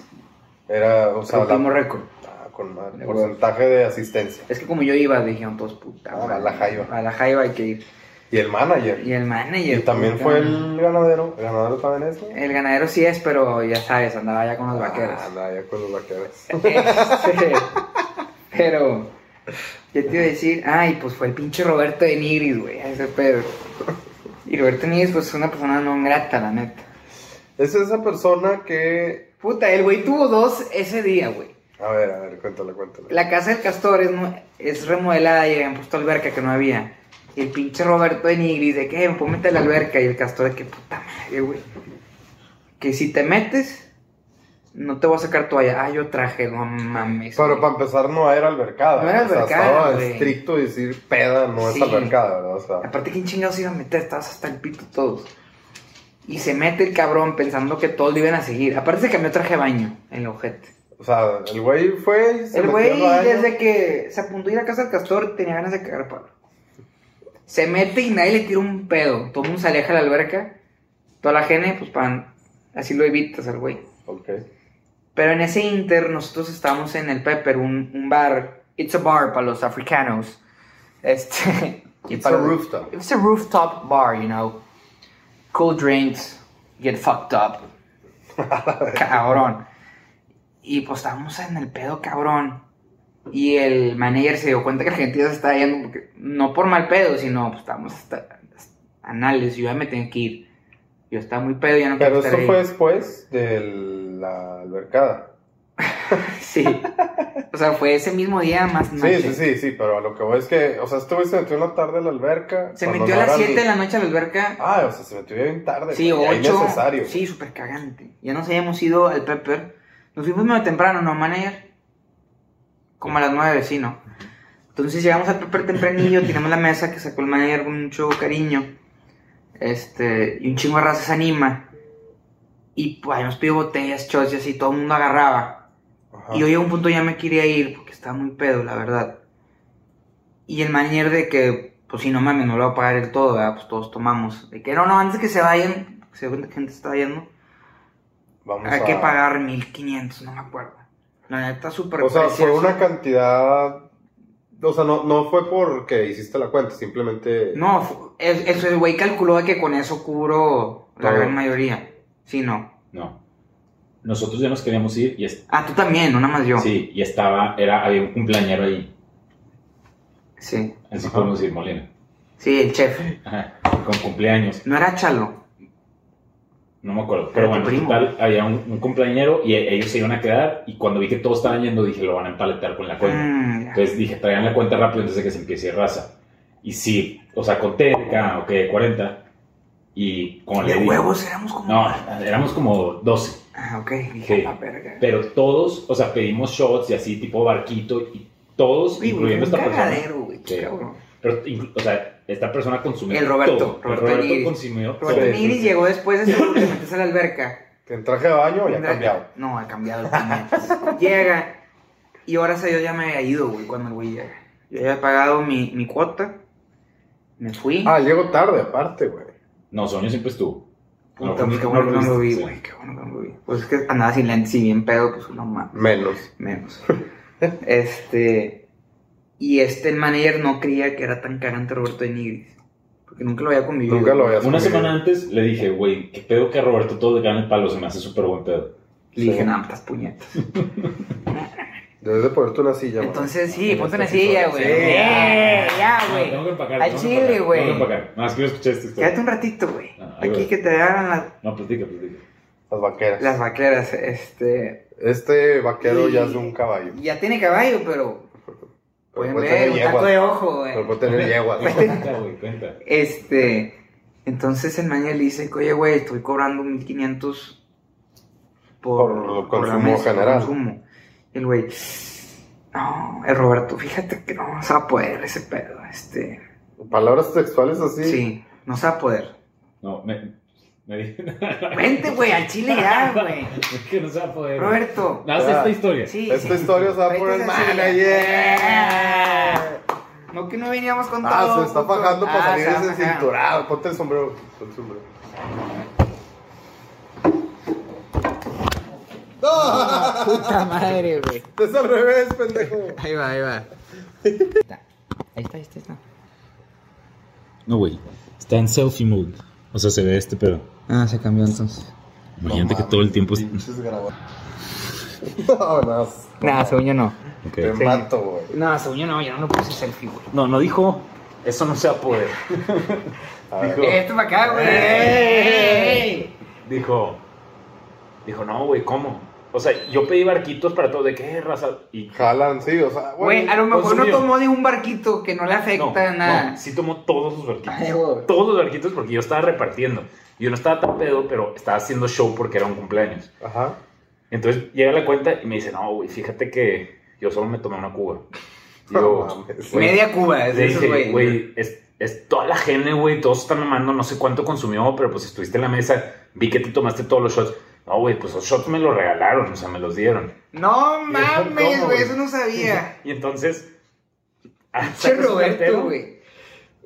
[SPEAKER 1] Era, o sea, la-
[SPEAKER 2] rompimos récord.
[SPEAKER 1] Ah, con madre.
[SPEAKER 2] De acuerdo.
[SPEAKER 1] Porcentaje de asistencia.
[SPEAKER 2] Es que como yo iba, dijeron todos, puta,
[SPEAKER 1] Ah,
[SPEAKER 2] ahora
[SPEAKER 1] a la jaiba.
[SPEAKER 2] A la jaiba hay que ir.
[SPEAKER 1] Y el manager.
[SPEAKER 2] Y el manager.
[SPEAKER 1] Y también
[SPEAKER 2] puta.
[SPEAKER 1] fue el ganadero. El ganadero también es, güey.
[SPEAKER 2] El ganadero sí es, pero ya sabes, andaba ya con los vaqueros.
[SPEAKER 1] Ah, anda, ya con los vaqueros.
[SPEAKER 2] Este, pero, ¿qué te iba a decir? Ay, pues fue el pinche Roberto de Nigris, güey, a ese pedo. Y Roberto de Nigris, pues es una persona no grata, la neta.
[SPEAKER 1] Es esa persona que.
[SPEAKER 2] Puta, el güey tuvo dos ese día, güey.
[SPEAKER 1] A ver, a ver, cuéntale, cuéntale.
[SPEAKER 2] La casa del castor es, nue- es remodelada y habían puesto alberca que no había. Y el pinche Roberto de Nigris, de que "Eh, me puedo meter a la alberca. Y el castor, de que puta madre, güey. Que si te metes, no te voy a sacar toalla. Ah, yo traje, no mames.
[SPEAKER 1] Pero
[SPEAKER 2] güey.
[SPEAKER 1] para empezar, no era albercada.
[SPEAKER 2] No era
[SPEAKER 1] O sea,
[SPEAKER 2] albercada,
[SPEAKER 1] estaba
[SPEAKER 2] güey.
[SPEAKER 1] estricto decir peda, no es
[SPEAKER 2] Sí.
[SPEAKER 1] albercada, ¿verdad? O sea,
[SPEAKER 2] Aparte, ¿quién chingados iba a meter? Estabas hasta el pito todos. Y se mete el cabrón pensando que todos lo iban a seguir. Aparte se cambió traje de baño en el ojete.
[SPEAKER 1] o sea, el güey fue. y se
[SPEAKER 2] El
[SPEAKER 1] metió
[SPEAKER 2] güey,
[SPEAKER 1] al baño.
[SPEAKER 2] desde que se apuntó a ir a casa del castor, tenía ganas de cagar palo. Se mete y nadie le tira un pedo. Todo el mundo se aleja de la alberca. Toda la gente, pues, pan. Así lo evitas al güey.
[SPEAKER 1] Ok.
[SPEAKER 2] Pero en ese inter, nosotros estábamos en el Pepper, un, un bar. It's a bar para los africanos. Este. y
[SPEAKER 1] It's
[SPEAKER 2] para-
[SPEAKER 1] a rooftop.
[SPEAKER 2] It's a rooftop bar, you know. Cool drinks, get fucked up. cabrón. Y pues estábamos en el pedo, cabrón. Y el manager se dio cuenta que la gente ya se estaba yendo, porque- no por mal pedo, sino pues estábamos hasta, hasta anales. Yo ya me tenía que ir. Yo estaba muy pedo, ya no
[SPEAKER 1] Pero
[SPEAKER 2] quería estar
[SPEAKER 1] esto
[SPEAKER 2] ahí.
[SPEAKER 1] fue después de la albercada.
[SPEAKER 2] Sí. O sea, fue ese mismo día más noche.
[SPEAKER 1] Sí, sí, sí, sí, pero a lo que voy es que, o sea, este güey se metió en la tarde a la alberca.
[SPEAKER 2] Se
[SPEAKER 1] cuando
[SPEAKER 2] metió a
[SPEAKER 1] no era
[SPEAKER 2] las 7 de
[SPEAKER 1] ni-
[SPEAKER 2] la noche a la alberca.
[SPEAKER 1] Ah, o sea, se metió bien tarde.
[SPEAKER 2] Sí,
[SPEAKER 1] güey, ya
[SPEAKER 2] 8.
[SPEAKER 1] innecesario.
[SPEAKER 2] Sí, súper cagante. Ya nos habíamos ido al Pepper. Nos fuimos medio temprano, ¿no, manager? Como a las 9, sí, ¿no? Entonces llegamos al Pepper tempranillo, tiramos la mesa que sacó el manager con mucho cariño. Este, y un chingo de raza se anima. Y pues ahí nos pidió botellas, shots y así, todo el mundo agarraba.
[SPEAKER 1] Ajá.
[SPEAKER 2] Y yo llegué a un punto ya me quería ir porque estaba muy pedo, la verdad. Y el manier de que, pues si no mames, no lo va a pagar el todo, ¿verdad? Pues todos tomamos. De que no, no, antes que se vayan, porque se dio cuenta que gente se estaba yendo,
[SPEAKER 1] Vamos
[SPEAKER 2] hay que
[SPEAKER 1] a-
[SPEAKER 2] pagar 1500, no me acuerdo. La neta, súper
[SPEAKER 1] O sea, fue
[SPEAKER 2] precioso.
[SPEAKER 1] una cantidad. O sea, no, no fue porque hiciste la cuenta, simplemente.
[SPEAKER 2] No, fu- es- es- el güey calculó que con eso cubro la
[SPEAKER 1] Todo.
[SPEAKER 2] gran mayoría. Sí, no.
[SPEAKER 4] No. Nosotros ya nos queríamos ir y, es-
[SPEAKER 2] Ah, tú también, no nada más yo.
[SPEAKER 4] sí, y estaba, era, había un cumpleañero ahí.
[SPEAKER 2] Sí,
[SPEAKER 4] Así
[SPEAKER 1] Ajá.
[SPEAKER 4] podemos ir, Molina.
[SPEAKER 2] Sí, el chef.
[SPEAKER 4] Ajá, Con cumpleaños.
[SPEAKER 2] No era Chalo.
[SPEAKER 4] No me acuerdo.
[SPEAKER 2] Era
[SPEAKER 4] Pero
[SPEAKER 2] tu
[SPEAKER 4] bueno,
[SPEAKER 2] primo.
[SPEAKER 4] total, había un, un cumpleañero y e- ellos se iban a quedar. Y cuando vi que todos estaban yendo, dije, lo van a empaletar con la cuenta.
[SPEAKER 2] Mm, ya.
[SPEAKER 4] Entonces dije, traigan la cuenta rápido antes de que se empiece a ir raza. Y sí, o sea, conté acá, ok, 40. Y como le
[SPEAKER 2] De
[SPEAKER 4] digo,
[SPEAKER 2] huevos éramos como.
[SPEAKER 4] No, éramos como 12.
[SPEAKER 2] Ah, ok.
[SPEAKER 4] Sí.
[SPEAKER 2] Dije, "Ah, verga".
[SPEAKER 4] Pero todos, o sea, pedimos shots y así, tipo barquito, y todos,
[SPEAKER 2] Uy, güey,
[SPEAKER 4] incluyendo
[SPEAKER 2] un
[SPEAKER 4] esta persona.
[SPEAKER 2] cagadero, güey.
[SPEAKER 4] Sí.
[SPEAKER 2] cabrón.
[SPEAKER 4] Pero, inclu- o sea, esta persona consumió.
[SPEAKER 2] El Roberto,
[SPEAKER 4] todo. El
[SPEAKER 2] Roberto
[SPEAKER 4] Roberto
[SPEAKER 2] Nigris.
[SPEAKER 4] consumió todo.
[SPEAKER 2] Roberto Nigris llegó después de su- de meterse a la alberca.
[SPEAKER 1] Que en traje de baño ya ha
[SPEAKER 2] Tendrá-
[SPEAKER 1] cambiado.
[SPEAKER 2] No, ha cambiado el planeta. Llega. Y ahora sí, yo ya me había ido, güey, cuando el güey llega. Yo ya he pagado mi, mi cuota. Me fui.
[SPEAKER 1] Ah, llego tarde, aparte, güey.
[SPEAKER 4] No, Soño siempre estuvo.
[SPEAKER 2] Puta, pues qué
[SPEAKER 4] no
[SPEAKER 2] bueno que no
[SPEAKER 4] viste,
[SPEAKER 2] lo vi,
[SPEAKER 4] sí.
[SPEAKER 2] güey. Qué bueno que no lo vi. Pues es que andaba sin lentes y bien pedo, pues no mames.
[SPEAKER 1] Menos.
[SPEAKER 2] Menos. este. Y este el manager no creía que era tan cagante Roberto de Nigris. Porque nunca lo había convivido.
[SPEAKER 1] Nunca lo habías
[SPEAKER 4] Una
[SPEAKER 1] comido.
[SPEAKER 4] semana antes le dije, güey, qué pedo que a Roberto todo le gana el palo, se me hace súper buen pedo.
[SPEAKER 2] Le dije, no, estas puñetas.
[SPEAKER 1] Debes de ponerte una silla, güey.
[SPEAKER 2] Entonces,
[SPEAKER 1] Ah,
[SPEAKER 2] sí, ponte una
[SPEAKER 1] este
[SPEAKER 2] silla,
[SPEAKER 1] episodio.
[SPEAKER 2] güey.
[SPEAKER 1] Sí. Ah,
[SPEAKER 2] Eh, ya,
[SPEAKER 4] No,
[SPEAKER 2] güey.
[SPEAKER 4] tengo que empacar.
[SPEAKER 2] Al
[SPEAKER 4] tengo que
[SPEAKER 2] chile,
[SPEAKER 4] empacar,
[SPEAKER 2] güey.
[SPEAKER 4] Tengo que empacar. Más quiero escuchar esta historia.
[SPEAKER 2] Quédate un ratito, güey.
[SPEAKER 4] Ah, ahí
[SPEAKER 2] Aquí
[SPEAKER 4] voy.
[SPEAKER 2] que te hagan la-
[SPEAKER 4] No, platica, platica.
[SPEAKER 1] Las vaqueras.
[SPEAKER 2] Las vaqueras, este.
[SPEAKER 1] Este vaquero
[SPEAKER 2] y-
[SPEAKER 1] ya es de un caballo.
[SPEAKER 2] Ya tiene caballo, pero. Pueden
[SPEAKER 1] puede
[SPEAKER 2] ver,
[SPEAKER 1] tener
[SPEAKER 2] un
[SPEAKER 1] yeguas.
[SPEAKER 2] taco de ojo, güey.
[SPEAKER 1] Pero puede tener yeguas.
[SPEAKER 4] Cuenta, güey, cuenta.
[SPEAKER 2] Este. Entonces el mañana le dice, oye, güey, estoy cobrando 1500
[SPEAKER 1] Por lo
[SPEAKER 2] por,
[SPEAKER 1] consumo general.
[SPEAKER 2] consumo. Y el güey, no, el Roberto, fíjate que no se va a poder ese pedo, este.
[SPEAKER 1] Palabras sexuales así.
[SPEAKER 2] Sí, no se va a poder.
[SPEAKER 4] No, me, me dije.
[SPEAKER 2] Vente, güey, al chile ya, güey.
[SPEAKER 4] que no se va a poder.
[SPEAKER 2] Roberto.
[SPEAKER 4] Haz esta historia.
[SPEAKER 2] Sí,
[SPEAKER 1] Esta
[SPEAKER 2] sí.
[SPEAKER 1] historia se va a
[SPEAKER 2] Vete
[SPEAKER 1] poner
[SPEAKER 2] a la
[SPEAKER 1] manager.
[SPEAKER 2] silla. No que no veníamos con
[SPEAKER 1] Ah,
[SPEAKER 2] todo,
[SPEAKER 1] se está
[SPEAKER 2] puto.
[SPEAKER 1] fajando para
[SPEAKER 2] Ah,
[SPEAKER 1] salir
[SPEAKER 2] se va
[SPEAKER 1] ese
[SPEAKER 2] fajando.
[SPEAKER 1] cinturado. Ponte el sombrero. Ponte el sombrero. ¡No!
[SPEAKER 2] Puta madre, güey.
[SPEAKER 1] Es al revés, pendejo.
[SPEAKER 2] Ahí va, ahí va. Ahí está, ahí está, ahí está.
[SPEAKER 4] No, güey. Está en selfie mode. O sea, se ve este pedo.
[SPEAKER 2] Ah, se cambió entonces.
[SPEAKER 4] Imagínate
[SPEAKER 1] No
[SPEAKER 4] que
[SPEAKER 1] mames,
[SPEAKER 4] todo el tiempo. es-
[SPEAKER 1] pinches grabado. No, no.
[SPEAKER 2] Nada, según yo no.
[SPEAKER 4] Ok.
[SPEAKER 1] Te
[SPEAKER 2] Sí.
[SPEAKER 1] mato, güey.
[SPEAKER 2] No, según yo no, yo no lo puse selfie, güey.
[SPEAKER 4] No, no dijo. Eso no se va a poder.
[SPEAKER 1] A ver.
[SPEAKER 4] Dijo-
[SPEAKER 2] Esto para acá, güey.
[SPEAKER 4] ¡Ey! Dijo. Dijo, no, güey, ¿cómo? O sea, yo pedí barquitos para todo. ¿De qué raza? Y.
[SPEAKER 1] Jalan, sí, o sea,
[SPEAKER 2] Güey, a lo mejor no
[SPEAKER 4] Consumió.
[SPEAKER 2] tomó de un barquito que no le
[SPEAKER 4] No,
[SPEAKER 2] afecta nada.
[SPEAKER 4] no, sí tomó todos sus barquitos.
[SPEAKER 2] Ay, güey.
[SPEAKER 4] Todos los barquitos porque yo estaba repartiendo. Yo no estaba tan pedo, pero estaba haciendo show porque era un cumpleaños.
[SPEAKER 1] Ajá.
[SPEAKER 4] Entonces llega la cuenta y me dice, no, güey, fíjate que yo solo me tomé una cuba. Y yo,
[SPEAKER 1] No mames.
[SPEAKER 4] güey,
[SPEAKER 2] Media Cuba, es
[SPEAKER 4] le
[SPEAKER 2] eso,
[SPEAKER 4] dije,
[SPEAKER 2] güey.
[SPEAKER 4] güey, es, es toda la gene, güey, todos están mamando, no sé cuánto consumió, pero pues estuviste en la mesa, vi que te tomaste todos los shots. No, güey, pues los shots me los regalaron, o sea, me los dieron.
[SPEAKER 2] No
[SPEAKER 1] ¿Cómo,
[SPEAKER 2] mames,
[SPEAKER 1] güey?
[SPEAKER 2] güey, eso no sabía.
[SPEAKER 4] Y entonces... ah,
[SPEAKER 2] Che,
[SPEAKER 4] saca su cartera
[SPEAKER 2] Roberto, güey.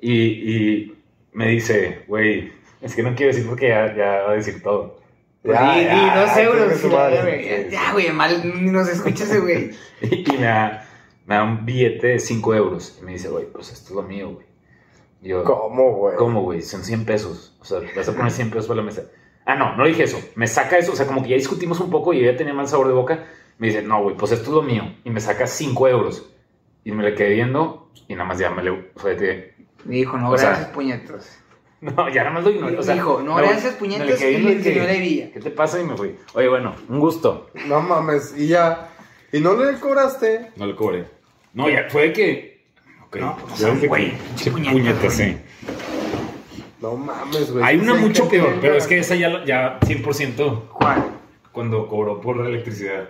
[SPEAKER 4] Y, y me dice, güey, es que no quiero decir porque ya, ya va a decir todo.
[SPEAKER 2] Pues Di- di dos euros.
[SPEAKER 1] chingue su
[SPEAKER 2] y la
[SPEAKER 1] madre.
[SPEAKER 2] verga. Ya, güey, mal ni nos escucha ese güey.
[SPEAKER 4] Y me da, me da un billete de 5 euros. Y me dice, güey, pues esto es lo mío, güey. Y Yo,
[SPEAKER 1] ¿Cómo, güey?
[SPEAKER 4] ¿Cómo, güey? Son 100 pesos. O sea, vas a poner 100 pesos para la mesa. Ah, no, no dije eso. Me saca eso. O sea, como que ya discutimos un poco y yo ya tenía mal sabor de boca. Me dice, no, güey, pues esto es lo mío. Y me saca 5 euros. Y me le quedé viendo y nada más ya me le... O sea, te-
[SPEAKER 2] Me dijo, no,
[SPEAKER 4] O sea,
[SPEAKER 2] gracias, puñetos.
[SPEAKER 4] no, ya nada más lo ignoré. O sea,
[SPEAKER 2] dijo, no,
[SPEAKER 4] me-
[SPEAKER 2] gracias,
[SPEAKER 4] me
[SPEAKER 2] puñetos,
[SPEAKER 4] le quedé
[SPEAKER 2] y
[SPEAKER 4] viendo
[SPEAKER 2] le enseñó
[SPEAKER 4] que,
[SPEAKER 2] la hebilla.
[SPEAKER 4] ¿Qué te pasa? Y me fui. Oye, bueno, un gusto.
[SPEAKER 1] No mames, y ya. Y no le cobraste.
[SPEAKER 4] No le cobré. No, ya fue de que... Ok.
[SPEAKER 2] No, pues,
[SPEAKER 4] Ya
[SPEAKER 2] son,
[SPEAKER 4] fue
[SPEAKER 2] güey,
[SPEAKER 4] que-
[SPEAKER 2] pinche
[SPEAKER 4] Qué
[SPEAKER 2] puñetas,
[SPEAKER 4] puñetas, Pues,
[SPEAKER 2] güey.
[SPEAKER 4] sí.
[SPEAKER 1] No mames, güey.
[SPEAKER 4] Hay
[SPEAKER 1] Sí,
[SPEAKER 4] una
[SPEAKER 1] sé
[SPEAKER 4] mucho
[SPEAKER 1] gente
[SPEAKER 4] peor,
[SPEAKER 1] bien
[SPEAKER 4] pero es que
[SPEAKER 1] cagante.
[SPEAKER 4] esa ya, lo- ya 100%
[SPEAKER 2] ¿Cuál?
[SPEAKER 4] cuando cobró por la electricidad.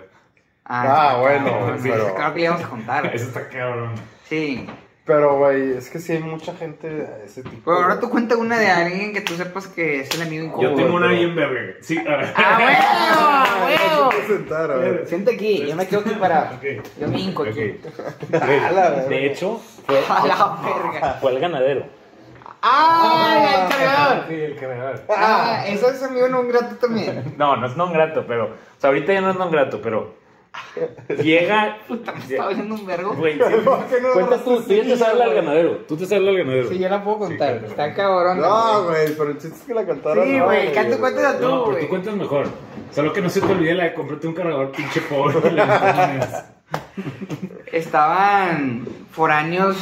[SPEAKER 1] Ah,
[SPEAKER 2] sí,
[SPEAKER 1] bueno,
[SPEAKER 2] claro, sí,
[SPEAKER 1] pero-
[SPEAKER 2] Claro que le íbamos a contar.
[SPEAKER 4] Eso está cabrón.
[SPEAKER 2] Sí.
[SPEAKER 1] Pero, güey, es que sí hay mucha gente de ese tipo.
[SPEAKER 2] Pero ahora
[SPEAKER 1] güey.
[SPEAKER 2] tú cuenta una de alguien que tú sepas que es el amigo incómodo.
[SPEAKER 4] Yo tengo una
[SPEAKER 1] pero-
[SPEAKER 4] bien verga. Sí, a ver.
[SPEAKER 2] ¡Ah,
[SPEAKER 1] No
[SPEAKER 2] huevo!
[SPEAKER 1] te puedes sentar, a ver.
[SPEAKER 2] Siente aquí, yo me quedo aquí parado.
[SPEAKER 4] Ok.
[SPEAKER 2] Yo me hinco
[SPEAKER 4] Ok.
[SPEAKER 2] aquí.
[SPEAKER 4] Güey,
[SPEAKER 1] A la verga.
[SPEAKER 4] De hecho, fue,
[SPEAKER 2] A la verga.
[SPEAKER 4] fue el ganadero.
[SPEAKER 2] ¡Ah, el cargador!
[SPEAKER 4] Sí, el ganador.
[SPEAKER 2] Ah, eso es amigo no grato también.
[SPEAKER 4] No, no es non grato, pero. O sea, ahorita ya no es non grato, pero. Llega.
[SPEAKER 2] Me estaba oyendo un vergo.
[SPEAKER 4] Güey, sí.
[SPEAKER 1] ¿Por qué no
[SPEAKER 4] Cuentas tú, tú ya te sabes la del ganadero. Tú te sabes la del ganadero.
[SPEAKER 2] Sí, yo la puedo contar.
[SPEAKER 4] Sí,
[SPEAKER 2] Está cabrón.
[SPEAKER 1] No, güey, pero el chiste es que la cantaron.
[SPEAKER 2] Sí,
[SPEAKER 1] no,
[SPEAKER 2] güey, canta, cuéntala tú,
[SPEAKER 4] No, pero
[SPEAKER 2] güey.
[SPEAKER 4] tú cuentas mejor. Solo que no se te olvide la de comprarte un cargador pinche pobre. y le pones.
[SPEAKER 2] Estaban foráneos,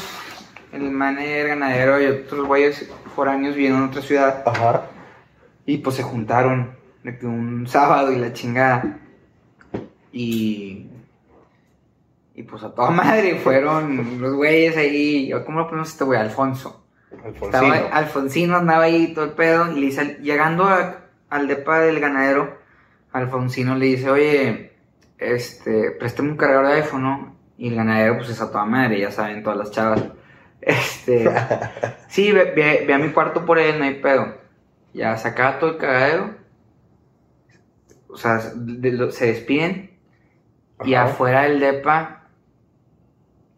[SPEAKER 2] el manager ganadero y otros güeyes foráneos viviendo en otra ciudad.
[SPEAKER 1] Ajá.
[SPEAKER 2] Y pues se juntaron de que un sábado y la chingada. Y Y pues a toda madre fueron los güeyes ahí. Yo, ¿Cómo lo ponemos este güey? Alfonso. Estaba-
[SPEAKER 1] Alfonsino.
[SPEAKER 2] Alfonsino andaba ahí todo el pedo y le dice, al- llegando a- al depa del ganadero, Alfonsino le dice, oye, este, préstame un cargador de iPhone, ¿no? Y el ganadero pues es a toda madre, ya saben, todas las chavas. Este, sí, ve, ve- ve a mi cuarto por él, no hay pedo. Ya sacaba todo el cagadero. O sea, de lo- se despiden. Y
[SPEAKER 1] Ajá.
[SPEAKER 2] afuera del depa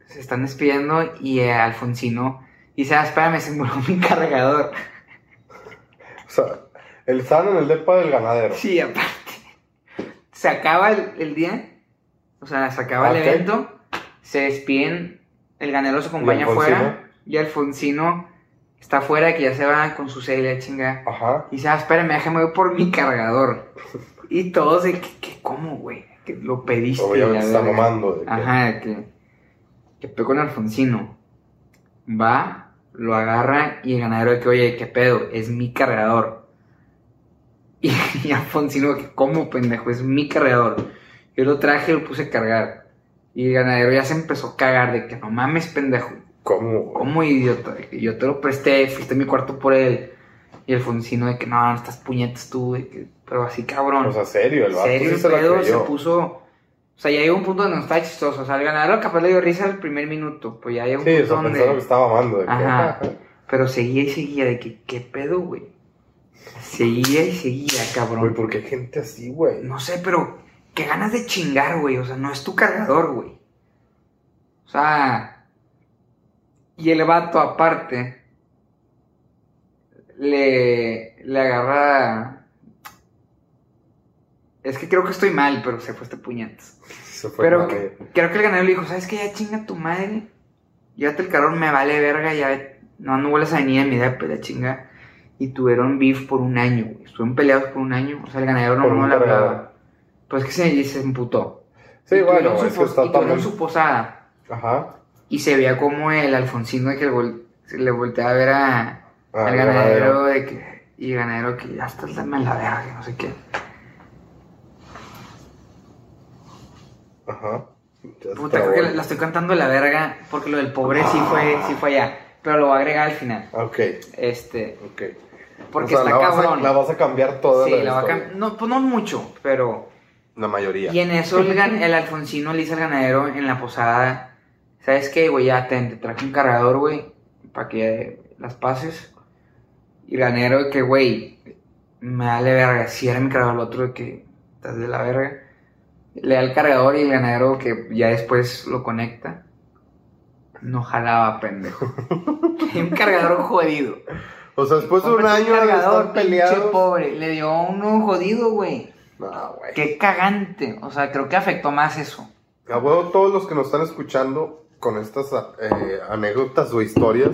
[SPEAKER 2] se están despidiendo y eh, Alfonsino dice, ah, espérame, se murió mi cargador.
[SPEAKER 1] O sea, el sano en el depa del ganadero.
[SPEAKER 2] Sí, aparte. Se acaba el, el día, o sea, se acaba
[SPEAKER 1] Ok.
[SPEAKER 2] el evento, se despiden, el ganadero se acompaña
[SPEAKER 1] Alfonsino?
[SPEAKER 2] afuera y Alfonsino está afuera que ya se va con su celia chinga.
[SPEAKER 1] Ajá.
[SPEAKER 2] Y dice, ah, espérame, déjame ir por mi cargador. Y todos de, ¿qué, qué cómo, güey? Que Lo pediste. la
[SPEAKER 1] Obviamente está
[SPEAKER 2] verga".
[SPEAKER 1] mamando. de que-
[SPEAKER 2] Ajá, que, que pegó con Alfonsino. Va, lo agarra y el ganadero de que, oye, qué pedo, es mi cargador. Y, y Alfonsino de que, ¿cómo, pendejo? Es mi cargador. Yo lo traje y lo puse a cargar. Y el ganadero ya se empezó a cagar de que, no mames, pendejo.
[SPEAKER 1] ¿Cómo? güey?
[SPEAKER 2] ¿Cómo, idiota? De que yo te lo presté, fuiste a mi cuarto por él. Y Alfonsino de que, no, no estás puñetas tú, de que, pero así cabrón.
[SPEAKER 1] O sea, serio, el vato
[SPEAKER 2] Serio,
[SPEAKER 1] sí se la
[SPEAKER 2] el pedo
[SPEAKER 1] creyó.
[SPEAKER 2] se puso. O sea, ya llegó un punto donde no estaba chistoso. O sea, el ganador capaz le dio risa el primer minuto. Pues ya llegó un
[SPEAKER 1] Sí, o
[SPEAKER 2] punto
[SPEAKER 1] sea,
[SPEAKER 2] donde.
[SPEAKER 1] pensaron que estaba mamando. de que,
[SPEAKER 2] Ajá.
[SPEAKER 1] ajá.
[SPEAKER 2] Pero seguía y seguía de que, ¿qué pedo, güey? Seguía y seguía,
[SPEAKER 1] Güey,
[SPEAKER 2] cabrón.
[SPEAKER 1] ¿por qué hay gente así, güey?
[SPEAKER 2] No sé, pero qué ganas de chingar, güey. O sea, no es tu cargador, güey. O sea. Y el vato, aparte, le, le agarra. Es que creo que estoy mal, pero se fue este puñetazo.
[SPEAKER 1] Se fue
[SPEAKER 2] Pero
[SPEAKER 1] con la
[SPEAKER 2] que- creo que el ganadero le dijo, ¿sabes qué? Ya chinga tu madre. Llévate el carón, me vale verga, ya ve- no, no vuelvas a venir a mi depa, la chinga. Y tuvieron beef por un año, güey. Estuvieron peleados por un año. O sea, el ganadero no,
[SPEAKER 1] Por
[SPEAKER 2] no
[SPEAKER 1] un
[SPEAKER 2] le
[SPEAKER 1] cargador.
[SPEAKER 2] hablaba. Pues que se, se emputó.
[SPEAKER 1] Sí,
[SPEAKER 2] Y
[SPEAKER 1] bueno,
[SPEAKER 2] tuvieron su
[SPEAKER 1] es que
[SPEAKER 2] pos-
[SPEAKER 1] está
[SPEAKER 2] y tuvieron
[SPEAKER 1] también-
[SPEAKER 2] su posada.
[SPEAKER 1] Ajá.
[SPEAKER 2] Y se veía como el Alfonsino de que le, vol- se le volteaba a ver a,
[SPEAKER 1] Ah,
[SPEAKER 2] el
[SPEAKER 1] el
[SPEAKER 2] ganadero de que. Y el ganadero que ya está dame la verga, que no sé qué.
[SPEAKER 1] Ajá. Ya se
[SPEAKER 2] Puta, creo
[SPEAKER 1] trabó.
[SPEAKER 2] que la, la estoy cantando la verga porque lo del pobre sí fue, sí fue allá. Pero lo voy a agregar al final.
[SPEAKER 1] Ah, Ok,
[SPEAKER 2] Este,
[SPEAKER 1] ok.
[SPEAKER 2] porque
[SPEAKER 1] O sea,
[SPEAKER 2] está
[SPEAKER 1] la vas a-
[SPEAKER 2] cabrón.
[SPEAKER 1] la vas a cambiar toda
[SPEAKER 2] sí,
[SPEAKER 1] la,
[SPEAKER 2] la va a
[SPEAKER 1] historia.
[SPEAKER 2] cam- No, pues no mucho, pero.
[SPEAKER 1] La mayoría.
[SPEAKER 2] Y en eso el, gan- el Alfonsino le dice al ganadero en la posada: ¿Sabes qué, güey? Ya ten, te traje un cargador, güey, para que las pases. Y el ganadero, de que, güey, me vale verga. Si era mi cargador, el otro, de que estás de la verga. Le da el cargador y el ganadero, que ya después lo conecta. No jalaba, pendejo. un cargador jodido.
[SPEAKER 1] O sea, después de un
[SPEAKER 2] Cómprate
[SPEAKER 1] año de estar
[SPEAKER 2] pinche
[SPEAKER 1] peleado.
[SPEAKER 2] pobre. Le dio uno jodido, güey.
[SPEAKER 1] No, güey.
[SPEAKER 2] Qué cagante. O sea, creo que afectó más eso.
[SPEAKER 1] A huevo, todos los que nos están escuchando con estas eh, anécdotas o historias,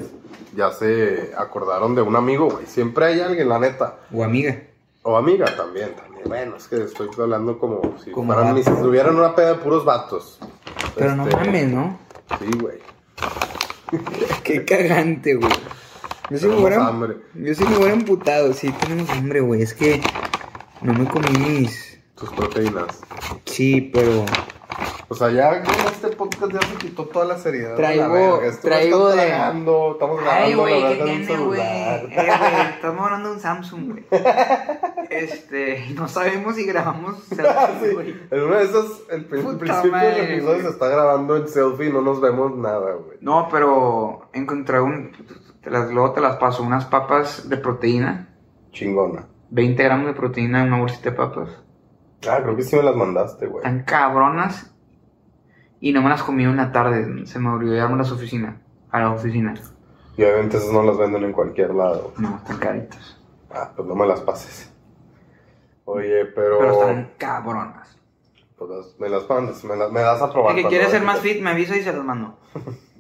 [SPEAKER 1] ya se acordaron de un amigo, güey. Siempre hay alguien, la neta.
[SPEAKER 2] O amiga.
[SPEAKER 1] O amiga también, también. Bueno, es que estoy hablando como si
[SPEAKER 2] Como
[SPEAKER 1] fueran
[SPEAKER 2] vato.
[SPEAKER 1] mis- tuvieran una peda de puros vatos.
[SPEAKER 2] Pero no
[SPEAKER 1] Este,
[SPEAKER 2] mames, ¿no?
[SPEAKER 1] Sí, güey.
[SPEAKER 2] Qué cagante, güey. Yo sí me
[SPEAKER 1] Tenemos
[SPEAKER 2] hubiera,
[SPEAKER 1] hambre.
[SPEAKER 2] yo sí me hubiera emputado. Sí, tenemos hambre, güey. Es que no me comí mis...
[SPEAKER 1] Tus proteínas.
[SPEAKER 2] Sí, pero...
[SPEAKER 1] O sea, ya con este podcast ya se quitó toda la seriedad.
[SPEAKER 2] Traigo-
[SPEAKER 1] de la verga. Esto no
[SPEAKER 2] traigo
[SPEAKER 1] está
[SPEAKER 2] de-
[SPEAKER 1] tragando, estamos grabando
[SPEAKER 2] Ay,
[SPEAKER 1] la
[SPEAKER 2] güey, ¿qué
[SPEAKER 1] verga de un
[SPEAKER 2] tiene, güey?
[SPEAKER 1] celular.
[SPEAKER 2] Eh, güey, estamos hablando de un Samsung, güey. Este, no sabemos si grabamos
[SPEAKER 1] Ah,
[SPEAKER 2] Samsung, güey.
[SPEAKER 1] En una de esas, el, pri-
[SPEAKER 2] Puta
[SPEAKER 1] principio del
[SPEAKER 2] madre,
[SPEAKER 1] episodio
[SPEAKER 2] güey.
[SPEAKER 1] se está grabando en selfie y no nos vemos nada, güey.
[SPEAKER 2] No, pero encontré un. Te las, luego te las paso, unas papas de proteína.
[SPEAKER 1] Chingona.
[SPEAKER 2] 20 gramos de proteína en una bolsita de papas.
[SPEAKER 1] Ah, creo que sí me las mandaste, güey.
[SPEAKER 2] Tan cabronas. Y no me las comí en la tarde. Se me olvidaron las oficinas. A la oficina.
[SPEAKER 1] Y obviamente esas no las venden en cualquier lado.
[SPEAKER 2] No, están caritas.
[SPEAKER 1] Ah, pues no me las pases. Oye, pero.
[SPEAKER 2] Pero están cabronas.
[SPEAKER 1] pues las- me las mandas, me, las- me das a probar.
[SPEAKER 2] El que
[SPEAKER 1] cuando
[SPEAKER 2] quiere
[SPEAKER 1] las
[SPEAKER 2] ser más
[SPEAKER 1] pidas.
[SPEAKER 2] fit me avisa y se las mando.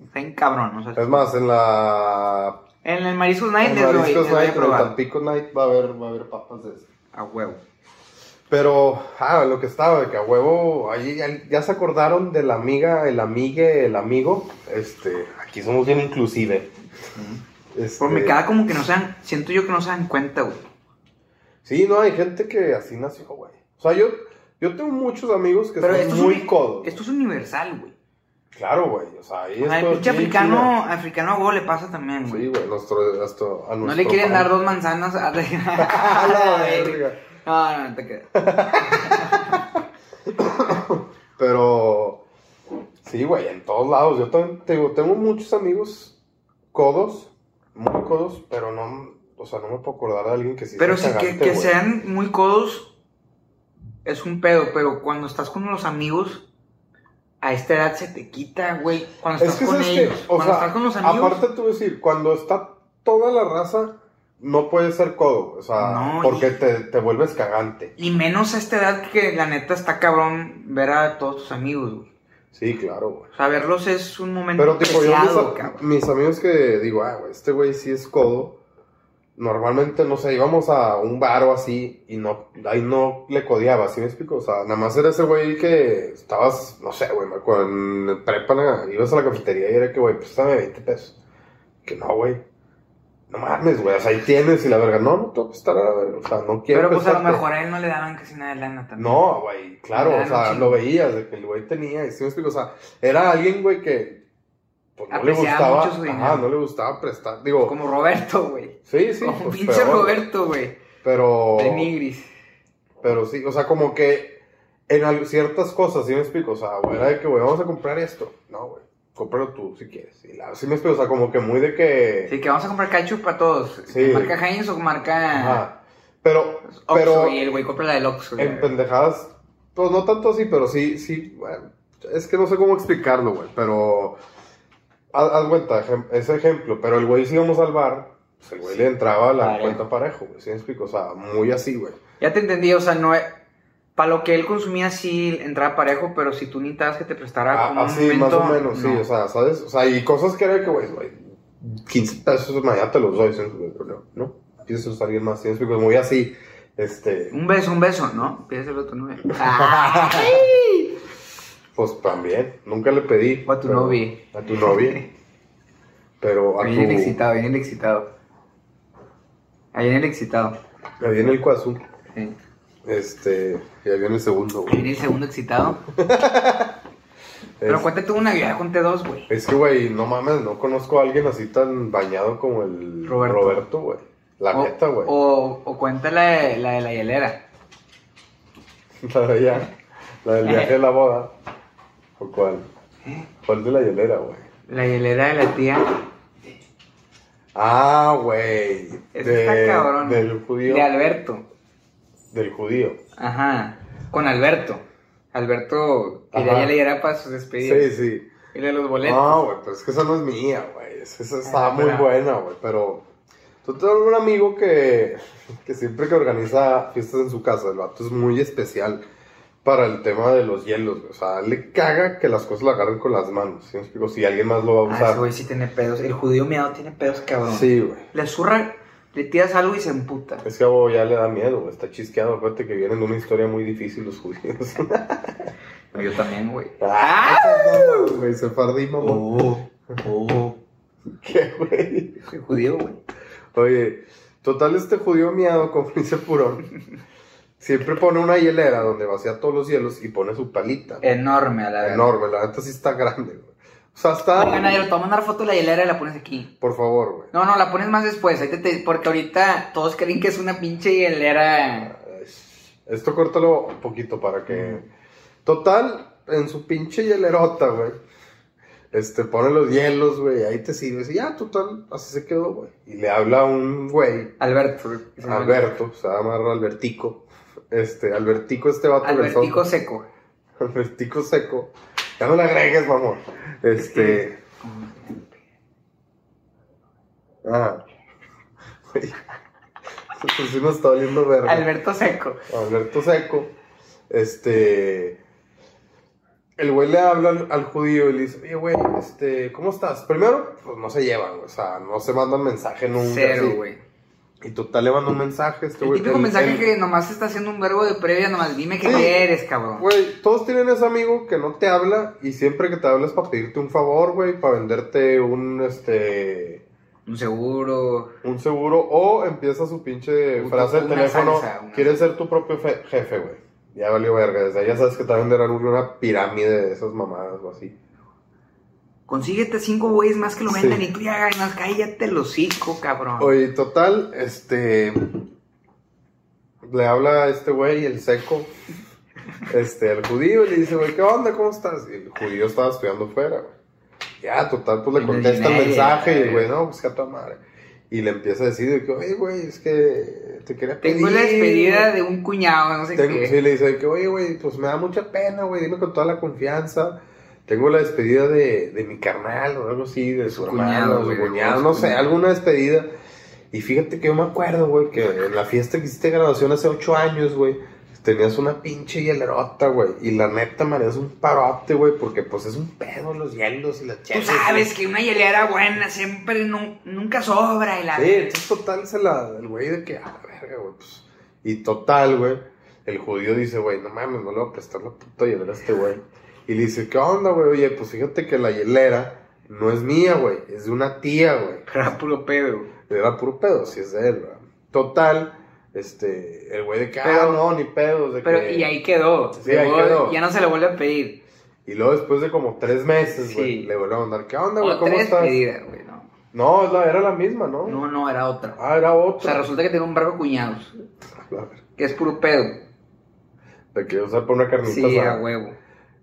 [SPEAKER 2] Están cabrón. O sea,
[SPEAKER 1] Es más, en la.
[SPEAKER 2] en el Mariscos Night
[SPEAKER 1] en
[SPEAKER 2] les doy-
[SPEAKER 1] Mariscos
[SPEAKER 2] les voy a
[SPEAKER 1] Night, en el
[SPEAKER 2] probar.
[SPEAKER 1] Tampico Night va a haber, va a haber papas de esas.
[SPEAKER 2] A huevo.
[SPEAKER 1] Pero, ah, lo que estaba, de que a huevo, ahí ya, ya se acordaron de la amiga, el amigue, el amigo. Este, aquí somos bien inclusive. Este,
[SPEAKER 2] Por Pues me queda como que no sean. Siento yo que no se dan cuenta, güey.
[SPEAKER 1] Sí, no, hay gente que así nació, güey. O sea, yo, yo tengo muchos amigos que
[SPEAKER 2] Pero
[SPEAKER 1] son
[SPEAKER 2] esto es
[SPEAKER 1] muy
[SPEAKER 2] uni-
[SPEAKER 1] codos.
[SPEAKER 2] Esto es universal, güey.
[SPEAKER 1] Claro, güey. O sea, ahí
[SPEAKER 2] Ay,
[SPEAKER 1] esto es
[SPEAKER 2] pinche
[SPEAKER 1] bien
[SPEAKER 2] africano, africano a huevo le pasa también,
[SPEAKER 1] chido.
[SPEAKER 2] güey.
[SPEAKER 1] Sí, güey. nuestro- nuestro- a
[SPEAKER 2] no
[SPEAKER 1] nuestro
[SPEAKER 2] le quieren
[SPEAKER 1] pan.
[SPEAKER 2] dar dos manzanas a
[SPEAKER 1] A la verga.
[SPEAKER 2] No, no, no te quedas.
[SPEAKER 1] Pero sí, güey, en todos lados. Yo también te digo, tengo muchos amigos codos, muy codos, pero no, o sea, no me puedo acordar de alguien que sí.
[SPEAKER 2] Pero sí,
[SPEAKER 1] sea
[SPEAKER 2] que,
[SPEAKER 1] cagante,
[SPEAKER 2] que
[SPEAKER 1] güey.
[SPEAKER 2] sean muy codos es un pedo, pero cuando estás con los amigos, a esta edad se te quita, güey. Cuando
[SPEAKER 1] Es
[SPEAKER 2] estás
[SPEAKER 1] que
[SPEAKER 2] con
[SPEAKER 1] sabes que,
[SPEAKER 2] ellos,
[SPEAKER 1] o
[SPEAKER 2] cuando
[SPEAKER 1] sea,
[SPEAKER 2] estás con los amigos,
[SPEAKER 1] aparte te voy a decir, cuando está toda la raza, no puedes ser codo, o sea,
[SPEAKER 2] No,
[SPEAKER 1] porque
[SPEAKER 2] y-
[SPEAKER 1] te, te vuelves cagante.
[SPEAKER 2] y menos a esta edad que la neta está cabrón ver a todos tus amigos, güey.
[SPEAKER 1] Sí, claro, güey.
[SPEAKER 2] O sea, verlos es un momento
[SPEAKER 1] Pero tipo, yo mis,
[SPEAKER 2] preciado,
[SPEAKER 1] a-
[SPEAKER 2] cabrón.
[SPEAKER 1] mis amigos que digo, ah, güey, este güey sí es codo. Normalmente, no sé, íbamos a un bar o así y no, ahí no le codeaba, ¿sí me explico? O sea, nada más era ese güey que estabas, no sé, güey, me acuerdo, en prepa, na- ibas a la cafetería y era que, güey, pues dame 20 pesos. Que no, güey. No mames, güey, o sea, ahí tienes y la verga, no, no te voy a prestar a la verga, o sea, no quiero
[SPEAKER 2] Pero pues a lo
[SPEAKER 1] prestarte.
[SPEAKER 2] mejor a él no le daban casi nada de lana también.
[SPEAKER 1] No, güey, claro,
[SPEAKER 2] Ah,
[SPEAKER 1] o
[SPEAKER 2] no,
[SPEAKER 1] sea,
[SPEAKER 2] chingo.
[SPEAKER 1] lo veías, de que el güey tenía, y sí me explico, o sea, era alguien, güey, que pues, no le
[SPEAKER 2] Apreciaba
[SPEAKER 1] gustaba,
[SPEAKER 2] mucho su dinero.
[SPEAKER 1] ajá, no le gustaba prestar, digo,
[SPEAKER 2] Como Roberto, güey.
[SPEAKER 1] sí, sí,
[SPEAKER 2] Como
[SPEAKER 1] pues,
[SPEAKER 2] pinche
[SPEAKER 1] peor,
[SPEAKER 2] Roberto, güey.
[SPEAKER 1] pero,
[SPEAKER 2] De Nigris.
[SPEAKER 1] pero sí, o sea, como que en al- ciertas cosas, sí me explico, o sea, güey, era de que, güey, vamos a comprar esto, no, güey, cómpralo tú si quieres, y la, sí me explico, o sea, como que muy de que,
[SPEAKER 2] Sí, que vamos a comprar ketchup para todos.
[SPEAKER 1] Sí.
[SPEAKER 2] Marca Heinz o marca
[SPEAKER 1] ajá, pero,
[SPEAKER 2] Oxxo.
[SPEAKER 1] pero,
[SPEAKER 2] y el güey compra la del Oxxo. güey.
[SPEAKER 1] En pendejadas, pues no tanto así, pero sí, sí, bueno, es que no sé cómo explicarlo, güey, pero haz, haz cuenta, ejem- ese ejemplo, pero el güey si íbamos al bar, pues el güey le entraba a la
[SPEAKER 2] Parejo.
[SPEAKER 1] cuenta parejo, güey, ¿sí me explico? O sea, muy así, güey.
[SPEAKER 2] Ya te entendí, o sea, no es... Para lo que él consumía sí entraba parejo, pero si tú necesitabas que te prestara Ah, como
[SPEAKER 1] A-
[SPEAKER 2] un
[SPEAKER 1] así, más
[SPEAKER 2] momento,
[SPEAKER 1] o menos, Ah, sí,
[SPEAKER 2] no.
[SPEAKER 1] o sea, ¿sabes? O sea, y cosas que era que, güey, güey, 15 pesos mañana te los doy, ¿sí me explico? Pero no, no, quieres usar alguien más, ¿sí me explico? Muy así, este,
[SPEAKER 2] Un beso, un beso, ¿no? Pides el otro nueve. Ah,
[SPEAKER 1] pues también, nunca le pedí.
[SPEAKER 2] O a tu
[SPEAKER 1] pero-
[SPEAKER 2] novia.
[SPEAKER 1] A tu novia. Pero a
[SPEAKER 2] Viene el
[SPEAKER 1] tu...
[SPEAKER 2] excitado, viene el excitado. Ahí viene el excitado.
[SPEAKER 1] Ahí viene el cuazú.
[SPEAKER 2] Sí.
[SPEAKER 1] Este, y ahí viene el segundo,
[SPEAKER 2] Ahí
[SPEAKER 1] güey.
[SPEAKER 2] Viene el segundo excitado. Pero
[SPEAKER 1] Es,
[SPEAKER 2] cuéntate una, yo ya conté dos, güey.
[SPEAKER 1] es que, güey, no mames, no conozco a alguien así tan bañado como el
[SPEAKER 2] Roberto. Oh,
[SPEAKER 1] Roberto, güey. La
[SPEAKER 2] O-
[SPEAKER 1] neta, güey.
[SPEAKER 2] O, o cuenta la de la, de la hielera.
[SPEAKER 1] La de allá, la del viaje de la boda. ¿O cuál?
[SPEAKER 2] ¿Eh?
[SPEAKER 1] ¿Cuál de la hielera, güey?
[SPEAKER 2] La hielera de la tía.
[SPEAKER 1] Ah, güey.
[SPEAKER 2] Ese
[SPEAKER 1] de-
[SPEAKER 2] está cabrón.
[SPEAKER 1] Del judío.
[SPEAKER 2] De Alberto.
[SPEAKER 1] Del judío.
[SPEAKER 2] Ajá. Con Alberto. Alberto
[SPEAKER 1] Ajá.
[SPEAKER 2] quería ya le diera para sus
[SPEAKER 1] Sí,
[SPEAKER 2] despedidas.
[SPEAKER 1] sí. Ah,
[SPEAKER 2] Y de los boletos.
[SPEAKER 1] No, güey, pero es que esa no es mía, güey. Es que esa está
[SPEAKER 2] Ah,
[SPEAKER 1] muy
[SPEAKER 2] pero-
[SPEAKER 1] buena, güey. Pero tú tienes un amigo que, que siempre que organiza fiestas en su casa, el vato es muy especial para el tema de los hielos, güey. O sea, le caga que las cosas la agarren con las manos. ¿sí me explico? Si alguien más lo va a
[SPEAKER 2] Ah, ese
[SPEAKER 1] usar.
[SPEAKER 2] güey sí tiene pedos. El judío miado tiene pedos, cabrón.
[SPEAKER 1] sí, Pues, güey.
[SPEAKER 2] Le zurra, le tiras algo y se emputa.
[SPEAKER 1] Es que a Bobo ya le da miedo, güey. Está chisqueado. Acuérdate que vienen de una historia muy difícil los judíos.
[SPEAKER 2] Yo también, güey.
[SPEAKER 1] ¡Ah! Güey, se fardí, mamón.
[SPEAKER 2] Oh, oh.
[SPEAKER 1] ¿Qué, güey?
[SPEAKER 2] Soy judío, güey.
[SPEAKER 1] Oye, total este judío miado, como dice Purón, siempre pone una hielera donde vacía todos los hielos y pone su palita.
[SPEAKER 2] Eh. Enorme, a la verdad.
[SPEAKER 1] Enorme, la neta sí está grande, güey. O sea,
[SPEAKER 2] Oigan,
[SPEAKER 1] está...
[SPEAKER 2] ayer te voy a mandar foto de la hielera y la pones aquí.
[SPEAKER 1] Por favor, güey.
[SPEAKER 2] No, no, la pones más después. ahí te- te- porque ahorita todos creen que es una pinche hielera.
[SPEAKER 1] Esto córtalo un poquito para que... Total, en su pinche hielerota, güey. Este, pone los hielos, güey, ahí te sirves. Y ya, total, así se quedó, güey. Y le habla a un güey
[SPEAKER 2] Alberto.
[SPEAKER 1] Alberto, se llama Albertico. Este, Albertico, este vato
[SPEAKER 2] Albertico
[SPEAKER 1] Albertico,
[SPEAKER 2] seco.
[SPEAKER 1] Albertico seco. Ya no le agregues, mamón. Este. Ah. Güey. Eso sí nos está oliendo verga.
[SPEAKER 2] Alberto seco.
[SPEAKER 1] Alberto Seco, este, el güey le habla al, al judío y le dice, oye, güey, este, ¿cómo estás? Primero, pues no se llevan, güey, o sea, no se mandan mensaje nunca.
[SPEAKER 2] Cero,
[SPEAKER 1] así.
[SPEAKER 2] güey.
[SPEAKER 1] Y total le manda un mensaje a este
[SPEAKER 2] El
[SPEAKER 1] güey.
[SPEAKER 2] típico mensaje
[SPEAKER 1] el-
[SPEAKER 2] que nomás está haciendo un verbo de previa, nomás dime qué
[SPEAKER 1] Sí.
[SPEAKER 2] quieres, cabrón.
[SPEAKER 1] Güey, todos tienen ese amigo que no te habla y siempre que te habla es para pedirte un favor, güey, para venderte un, este,
[SPEAKER 2] Un seguro.
[SPEAKER 1] un seguro o empieza su pinche
[SPEAKER 2] Un-
[SPEAKER 1] frase de
[SPEAKER 2] una
[SPEAKER 1] teléfono,
[SPEAKER 2] salsa, una-
[SPEAKER 1] quieres ser tu propio fe- jefe, güey. Ya valió verga, desde ahí ya sabes que te va a vender alguna pirámide de esas mamadas o así.
[SPEAKER 2] consíguete cinco güeyes más que lo vendan
[SPEAKER 1] Sí.
[SPEAKER 2] y tú ya ganas, cállate el hocico, cabrón.
[SPEAKER 1] Oye, total, este. Le habla a este güey, el seco, este, al judío, y le dice, güey, ¿qué onda? ¿Cómo estás? Y el judío estaba estudiando fuera, güey. Ya, total, pues le
[SPEAKER 2] Y le
[SPEAKER 1] contesta el
[SPEAKER 2] dice,
[SPEAKER 1] mensaje, y
[SPEAKER 2] "Eh".
[SPEAKER 1] el güey, no, pues que a tu madre. Y le empieza a decir, de que, oye, güey, es que te quería pedir.
[SPEAKER 2] Tengo la despedida de un cuñado, no sé
[SPEAKER 1] Tengo-
[SPEAKER 2] qué.
[SPEAKER 1] sí, le dice que, oye, güey, pues me da mucha pena, güey, dime con toda la confianza. Tengo la despedida de, de mi carnal o algo así, de su,
[SPEAKER 2] cuñado,
[SPEAKER 1] hermano, de
[SPEAKER 2] güey,
[SPEAKER 1] su
[SPEAKER 2] de
[SPEAKER 1] cuñado,
[SPEAKER 2] su
[SPEAKER 1] no sé,
[SPEAKER 2] cuñado.
[SPEAKER 1] alguna despedida. Y fíjate que yo me acuerdo, güey, que en la fiesta que hiciste graduación hace ocho años, güey, tenías una pinche hielerota, güey. Y la neta, María, es un parote, güey, porque pues es un pedo los hielos y las
[SPEAKER 2] Tú
[SPEAKER 1] chelas.
[SPEAKER 2] sabes
[SPEAKER 1] güey.
[SPEAKER 2] que una hielera buena siempre, nu- nunca sobra y la...
[SPEAKER 1] Sí, entonces total se la, el güey de que, a la verga, güey, pues. Y total, güey, el judío dice, güey, no mames, no le voy a prestar la puta hielera a este güey. Y le dice, ¿qué onda, güey? Oye, pues fíjate que la hielera no es mía, güey, es de una tía, güey.
[SPEAKER 2] Era puro pedo.
[SPEAKER 1] Era puro pedo, si es de él, ¿verdad? Total, este, el güey de que, ah,
[SPEAKER 2] Pero-
[SPEAKER 1] no, ni pedos. De
[SPEAKER 2] Pero,
[SPEAKER 1] que...
[SPEAKER 2] y ahí quedó.
[SPEAKER 1] Sí, ahí
[SPEAKER 2] Luego
[SPEAKER 1] quedó.
[SPEAKER 2] Ya no se le vuelve a pedir.
[SPEAKER 1] Y luego después de como tres meses, güey,
[SPEAKER 2] Sí.
[SPEAKER 1] le vuelve a mandar, ¿qué onda, güey?
[SPEAKER 2] O
[SPEAKER 1] ¿Cómo
[SPEAKER 2] tres
[SPEAKER 1] estás?
[SPEAKER 2] pedidas, güey, no.
[SPEAKER 1] No, es la- era la misma, ¿no?
[SPEAKER 2] No, no, era otra.
[SPEAKER 1] Ah, era
[SPEAKER 2] O sea,
[SPEAKER 1] otra.
[SPEAKER 2] resulta que tengo un barco de cuñados,
[SPEAKER 1] A la verga,
[SPEAKER 2] que es puro pedo.
[SPEAKER 1] Te quiero usar para una carnita
[SPEAKER 2] Sí,
[SPEAKER 1] asada.
[SPEAKER 2] a huevo.